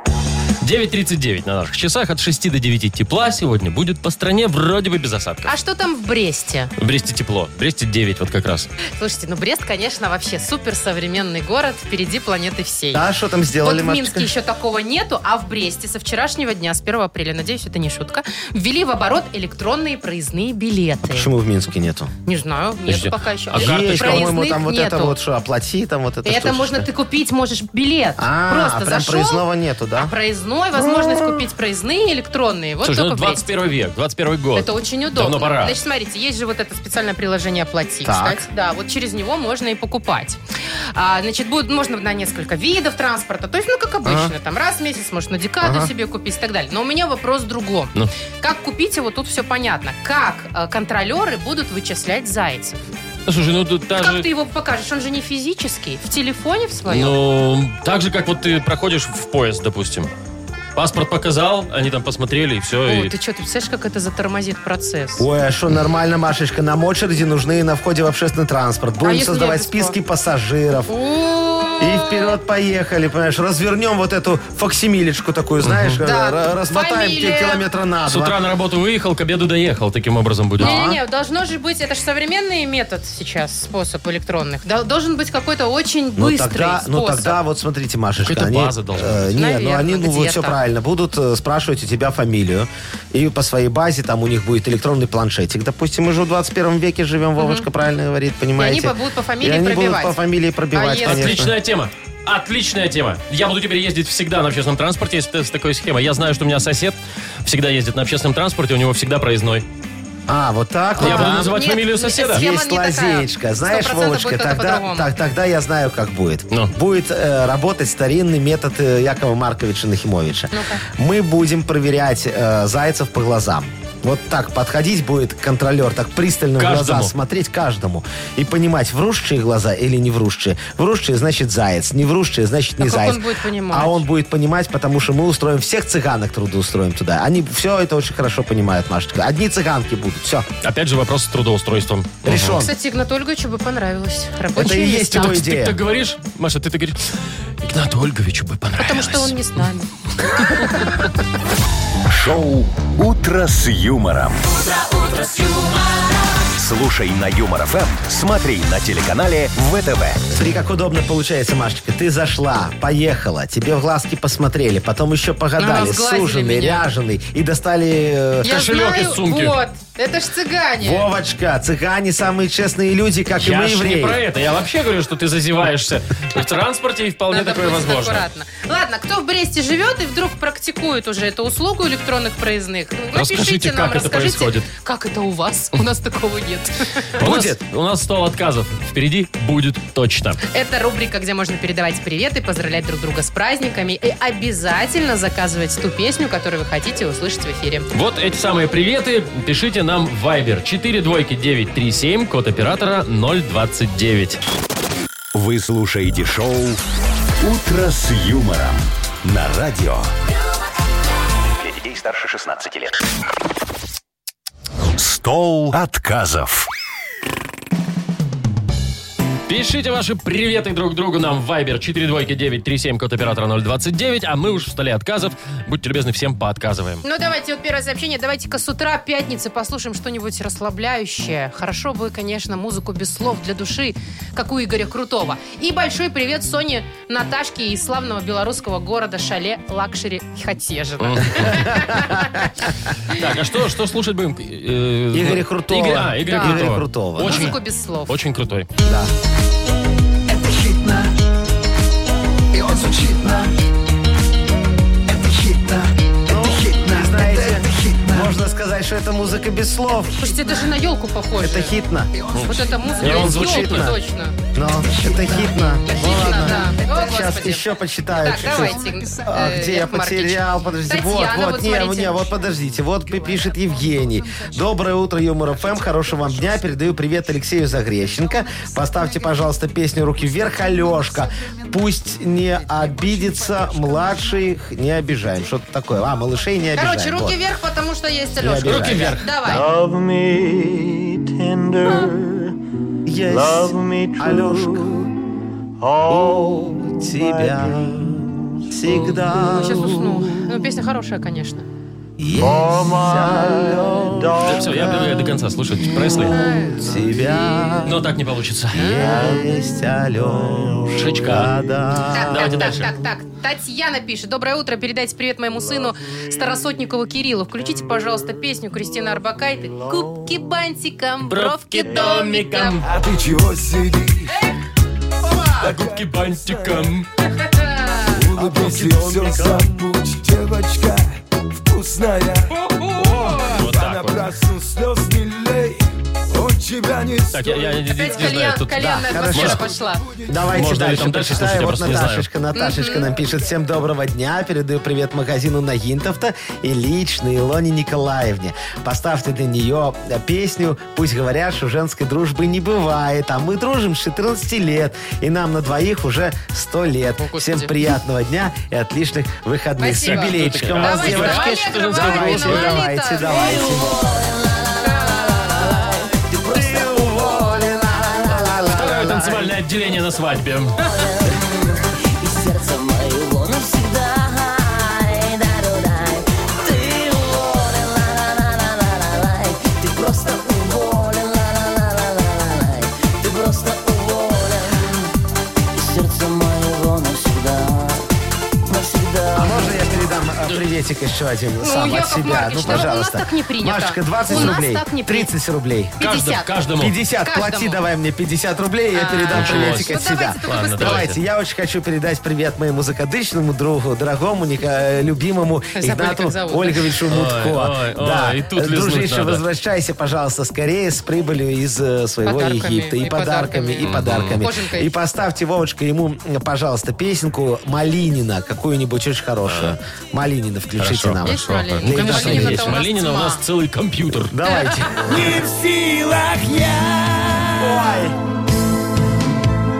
S2: 9.39 на наших часах. От 6 до 9 тепла сегодня будет по стране вроде бы без осадков.
S4: А что там в Бресте?
S2: В Бресте тепло. В Бресте 9 вот как раз.
S4: Слушайте, ну Брест, конечно, вообще супер современный город впереди планеты всей.
S3: Да, что там
S4: Вот
S3: сделали,
S4: в
S3: Машечка?
S4: Минске еще такого нету, а в Бресте со вчерашнего дня, с 1 апреля, надеюсь, это не шутка, ввели в оборот электронные проездные билеты.
S3: Почему в Минске нету?
S4: Не знаю,
S2: Подожди,
S4: нет пока еще.
S2: а карточка?
S3: Есть, по-моему, там вот это
S4: нету.
S3: вот что, оплати, там вот это
S4: Это
S3: штучечка.
S4: можно ты купить можешь билет.
S3: А,
S4: Просто а
S3: прям
S4: зашел,
S3: проездного нету, да?
S4: проездной, возможность купить проездные электронные. Вот
S2: Слушай, ну
S4: только в Бресте.
S2: 21 век, 21 год.
S4: Это очень удобно.
S2: Давно пора.
S4: Значит, смотрите, есть же вот это специальное приложение «Оплати»,
S2: Так.
S4: кстати. Да, вот через него можно и покупать. А, значит, будет, можно на несколько видов транспорта. То есть, ну, как обычно,
S2: Ага.
S4: там раз в месяц, может, на декаду
S2: Ага.
S4: себе купить и так далее. Но у меня вопрос в другом.
S2: Ну.
S4: Как купить его, тут все понятно. Как э, контролеры будут вычислять зайцев?
S2: Ну, Слушай, ну тут
S4: как
S2: даже...
S4: ты его покажешь? Он же не физический. В телефоне в своем?
S2: Ну, так же, как вот ты проходишь в поезд, допустим. Паспорт показал, они там посмотрели, и все.
S4: О,
S2: Ну, и...
S4: ты что, ты представляешь, как это затормозит процесс?
S3: Ой, а что, нормально, Машечка, нам очереди нужны на входе в общественный транспорт. Будем
S4: А если
S3: создавать
S4: я бесплатно?
S3: списки пассажиров. И вперед поехали, понимаешь, развернем вот эту фоксимилечку такую, знаешь, э,
S4: Да,
S3: ра- размотаем
S4: фамилия.
S3: ки- километра на
S2: С
S3: два.
S2: утра на работу выехал, к обеду доехал, таким образом будет.
S4: Не-не-не, должно же быть, это же современный метод сейчас, способ электронных. Дол- Должен быть какой-то очень
S3: Ну
S4: быстрый
S3: тогда,
S4: способ.
S3: ну тогда, вот смотрите, Машечка.
S2: Какая-то
S3: они,
S2: база должна
S3: э, не,
S4: Наверное,
S3: ну они ну, вот
S4: где-то.
S3: все правильно. Будут э, спрашивать у тебя фамилию. И по своей базе там у них будет электронный планшетик. Допустим, мы же в 21 веке живем, Вовочка правильно говорит, понимаете?
S4: И они будут по фамилии
S3: И они будут
S4: пробивать.
S3: по фамилии
S4: А
S3: пробивать,
S4: если-
S3: конечно.
S2: Отличная тема. Отличная тема. Я буду теперь ездить всегда на общественном транспорте, если это с такой схемой. Я знаю, что у меня сосед всегда ездит на общественном транспорте, у него всегда проездной.
S3: А, вот так
S2: Я
S3: вот.
S2: буду называть
S4: Нет,
S2: фамилию
S4: нет,
S2: соседа.
S4: схема
S3: Есть
S4: не такая.
S3: лазеечка. Знаешь,
S4: 100%
S3: Вовочка,
S4: будет только
S3: тогда,
S4: по-другому.
S3: так- тогда я знаю, как будет.
S2: Ну.
S3: Будет э, работать старинный метод э, Якова Марковича Нахимовича.
S4: Ну, Ну-ка. А
S3: Мы будем проверять э, зайцев по глазам. Вот так подходить будет контролер, так пристально в глаза
S2: Каждому.
S3: смотреть каждому и понимать, врущие глаза или не врущие. Врущие значит заяц, не врущие значит не
S4: А как
S3: заяц.
S4: он будет понимать?
S3: А он будет понимать, потому что мы устроим всех цыганок трудоустроим туда. Они все это очень хорошо понимают, Машечка. Одни цыганки будут, все.
S2: Опять же вопрос с трудоустройством.
S3: Решен.
S4: Кстати, Игнату Ольговичу бы понравилось. Рабочие
S3: Это и есть
S4: места.
S3: его
S2: А Ты так
S3: идея.
S2: говоришь, Маша, ты так говоришь, Игнату Ольговичу бы понравилось.
S4: Потому что он не с нами.
S1: Шоу Утро с юмором. Слушай на Юмор ФМ, смотри на телеканале ВТВ.
S3: Смотри, как удобно получается, Машечка. Ты зашла, поехала, тебе в глазки посмотрели, потом еще погадали,
S4: Ага, А, сглазили
S3: суженый,
S4: меня.
S3: ряженый, и достали... э,
S4: Я
S2: кошелек
S4: знаю,
S2: из сумки.
S4: Вот, это ж цыгане.
S3: Вовочка, цыгане самые честные люди, как и
S2: Я
S3: мы,
S2: ж не про
S3: евреи.
S2: это. Я вообще говорю, что ты зазеваешься в транспорте, и вполне
S4: Надо
S2: такое
S4: быть
S2: возможно.
S4: аккуратно. Ладно, кто в Бресте живет и вдруг практикует уже эту услугу электронных проездных, ну,
S2: Расскажите,
S4: напишите нам,
S2: как это
S4: расскажите,
S2: происходит.
S4: как это у вас? У нас
S2: (laughs)
S4: такого нет.
S2: Будет. У нас стол отказов. Впереди будет точно.
S4: Это рубрика, где можно передавать приветы, поздравлять друг друга с праздниками и обязательно заказывать ту песню, которую вы хотите услышать в эфире.
S2: Вот эти самые приветы пишите нам в Viber 4 двойки 937, код оператора 029.
S1: Вы слушаете шоу Утро с юмором на радио.
S7: Для детей старше 16 лет.
S1: Стол отказов.
S2: Пишите ваши приветы друг другу нам в Viber 4 двойки 937, код оператора 029, а мы уж в столе отказов. Будьте любезны, всем поотказываем.
S4: Ну, давайте, вот первое сообщение. Давайте-ка с утра пятницы послушаем что-нибудь расслабляющее. Хорошо бы, конечно, музыку без слов для души, как у Игоря Крутого. И большой привет Соне, Наташке из славного белорусского города Шале Лакшери Хатежина.
S2: Так, а что, что слушать будем? Э,
S3: Игоря
S2: ну,
S3: Крутого.
S2: Игоря- а, Игоря
S3: Да. Игоря
S2: Крутого.
S3: Крутого.
S2: Очень,
S4: Музыку без слов.
S2: очень крутой.
S3: Да.
S8: звучитно. Это хитно.
S3: Ну, вы знаете, можно сказать, что это музыка без слов.
S4: Слушайте, это же на елку похоже.
S3: Это хитно.
S4: Вот эта музыка
S3: И он
S4: из елки,
S3: звучит, да.
S4: точно.
S3: Но это хитно. Ну,
S4: Хитно, да. О,
S3: Сейчас
S4: господи.
S3: еще почитаю
S4: Так,
S3: чуть-чуть.
S4: давайте,
S3: А,
S4: э,
S3: где я
S4: Яков Маркович.
S3: потерял? Подожди, вот,
S4: Татьяна,
S3: вот,
S4: вот
S3: не,
S4: смотрите.
S3: не, вот подождите. Вот пи- пишет Евгений. Доброе утро, Юмор ФМ. Хорошего вам дня. Передаю привет Алексею
S4: Ну,
S3: Загрещенко. Поставьте, пожалуйста, песню «Руки вверх, Алешка». Пусть не обидится младших, не обижаем. Что-то такое. А, малышей не обижаем.
S4: Короче, руки
S3: Вот.
S4: вверх, потому что есть
S3: Не
S4: Алешка.
S3: обижаем.
S4: Давай.
S12: Love me tender,
S3: Yes,
S12: love me
S3: Алешка.
S12: all
S3: тебя всегда.
S4: Сейчас усну. Ну, песня хорошая, конечно.
S2: Да все, я предлагаю до конца слушать Пресли.
S3: Тебя
S2: Но так не получится.
S3: есть Алешка.
S2: Шичка.
S4: Так,
S2: А, Давайте
S4: так, так,
S2: дальше.
S4: так, так. Татьяна пишет. Доброе утро. Передайте привет моему сыну Старосотникову Кириллу. Включите, пожалуйста, песню Кристины Арбакайте. Кубки бантиком, бровки домиком.
S8: А ты чего сидишь?
S4: А?
S2: Да губки бантиком.
S8: Улыбнись и все забудь, девочка вкусная.
S2: Вот так вот.
S8: Понапрасну слез не лей, он тебя не
S2: Так, я, я не, не- не
S4: Опять
S2: знаю,
S4: кальян,
S2: тут...
S4: кальянная
S3: да,
S4: атмосфера
S3: хорошо.
S4: пошла.
S3: Давайте
S2: Можно ли
S3: дальше
S2: там дальше слушать?
S3: прочитаем.
S2: Я
S3: Вот
S2: просто не знаю.
S3: Наташечка, Наташечка нам пишет. Всем доброго дня. Передаю привет магазину Нагинтовта и лично Илоне Николаевне. Поставьте для нее э, песню «Пусть говорят, что женской дружбы не бывает». А мы дружим с 14 лет. И нам на двоих уже 100 лет. Всем приятного дня и отличных выходных. С
S4: Спасибо.
S3: юбилейчиком вас,
S4: Давайте,
S3: девочки.
S4: Валера,
S3: Давайте,
S4: Валера,
S3: давайте,
S4: Валера.
S3: давайте. Ты уволена.
S2: Второе танцевальное отделение на свадьбе.
S13: И сердце моего навсегда. Ай, да-ду-дай. Ты уволен, ла-ла-ла-ла-ла-лай. Ты просто уволен, ла-ла-ла-ла-ла-лай. Ты просто уволен. И сердце моего навсегда. Навсегда.
S3: А можно я передам э, приветик еще один сам от
S4: Яков
S3: себя?
S4: Маркович,
S3: ну,
S4: да
S3: пожалуйста.
S4: у нас так не принято.
S3: Машечка, 20
S4: У нас
S3: рублей.
S4: так не принято.
S3: 30 рублей.
S4: 50.
S2: Каждому.
S3: 50, плати
S4: Каждому.
S3: давай мне 50 рублей, я передам
S2: Началось.
S3: приветик от
S4: Ну, давайте
S3: себя.
S4: только Ладно, быстрее.
S3: давайте,
S2: давайте.
S3: я очень хочу передать привет моему закадычному другу, дорогому, ника- э, любимому
S4: Забыли,
S3: Игнату
S4: как зовут.
S3: Ольговичу
S2: Ой,
S3: Мутко.
S2: ой, ой,
S3: Да,
S2: и тут лизнуть
S3: дружище,
S2: надо.
S3: возвращайся, пожалуйста, скорее с прибылью из э, своего
S4: Подарками,
S3: Египта. И,
S4: и
S3: подарками, и
S4: подарками.
S3: подарками.
S4: Кожанкой.
S3: И поставьте, Вовочка, ему, э, пожалуйста, песенку Малинина, какую-нибудь очень хорошую. Малинина включите нам.
S4: Есть Малинина?
S3: Для
S4: Конечно,
S3: Игната есть.
S4: Малинина-то у нас
S2: Малинина у
S4: тьма.
S2: нас целый компьютер.
S3: Давайте.
S8: Не в силах я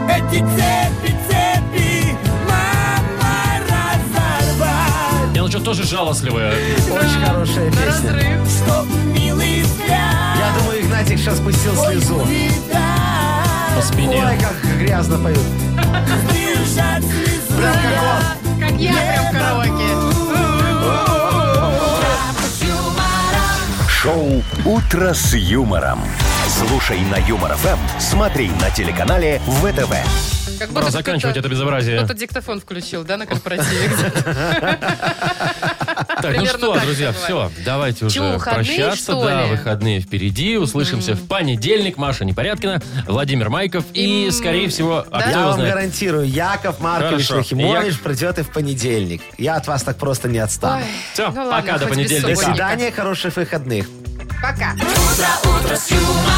S8: Эти цепи, цепи Мама разорвать
S2: Я ну что тоже жалостливая.
S3: Очень хорошая песня.
S8: Чтоб милый взгляд
S3: Я думаю, Игнатик сейчас пустил слезу.
S8: Видать
S2: По спине.
S3: Ой, как грязно поют.
S8: Сбежать слезу
S3: Прям как он.
S4: Как я прям караоке.
S1: Шоу «Утро с юмором». Слушай на Юмор ФМ, смотри на телеканале ВТВ.
S4: Как будто
S2: Пора
S4: кто-то-
S2: заканчивать это безобразие.
S4: Кто-то диктофон включил, да, на
S2: (laughs)
S4: корпоративе где-то. (laughs)
S2: Так, ну
S4: примерно
S2: что,
S4: так
S2: друзья,
S4: бывает.
S2: все, давайте уже
S4: Чё, выходные,
S2: прощаться.
S4: что
S2: Да,
S4: ли?
S2: выходные впереди. Услышимся в понедельник. Маша Непорядкина, Владимир Майков и, скорее всего, а кто
S3: Я
S2: его
S3: вам
S2: знает?
S3: гарантирую, Яков Маркович
S2: Хорошо.
S3: Нахимович
S2: Як-
S3: придет и в понедельник. Я от вас так просто не отстану.
S2: Все,
S4: Ну ладно,
S2: пока, до
S4: хоть без
S2: понедельника.
S3: До свидания, хороших выходных.
S4: Пока.
S13: Утро, утро с юмором.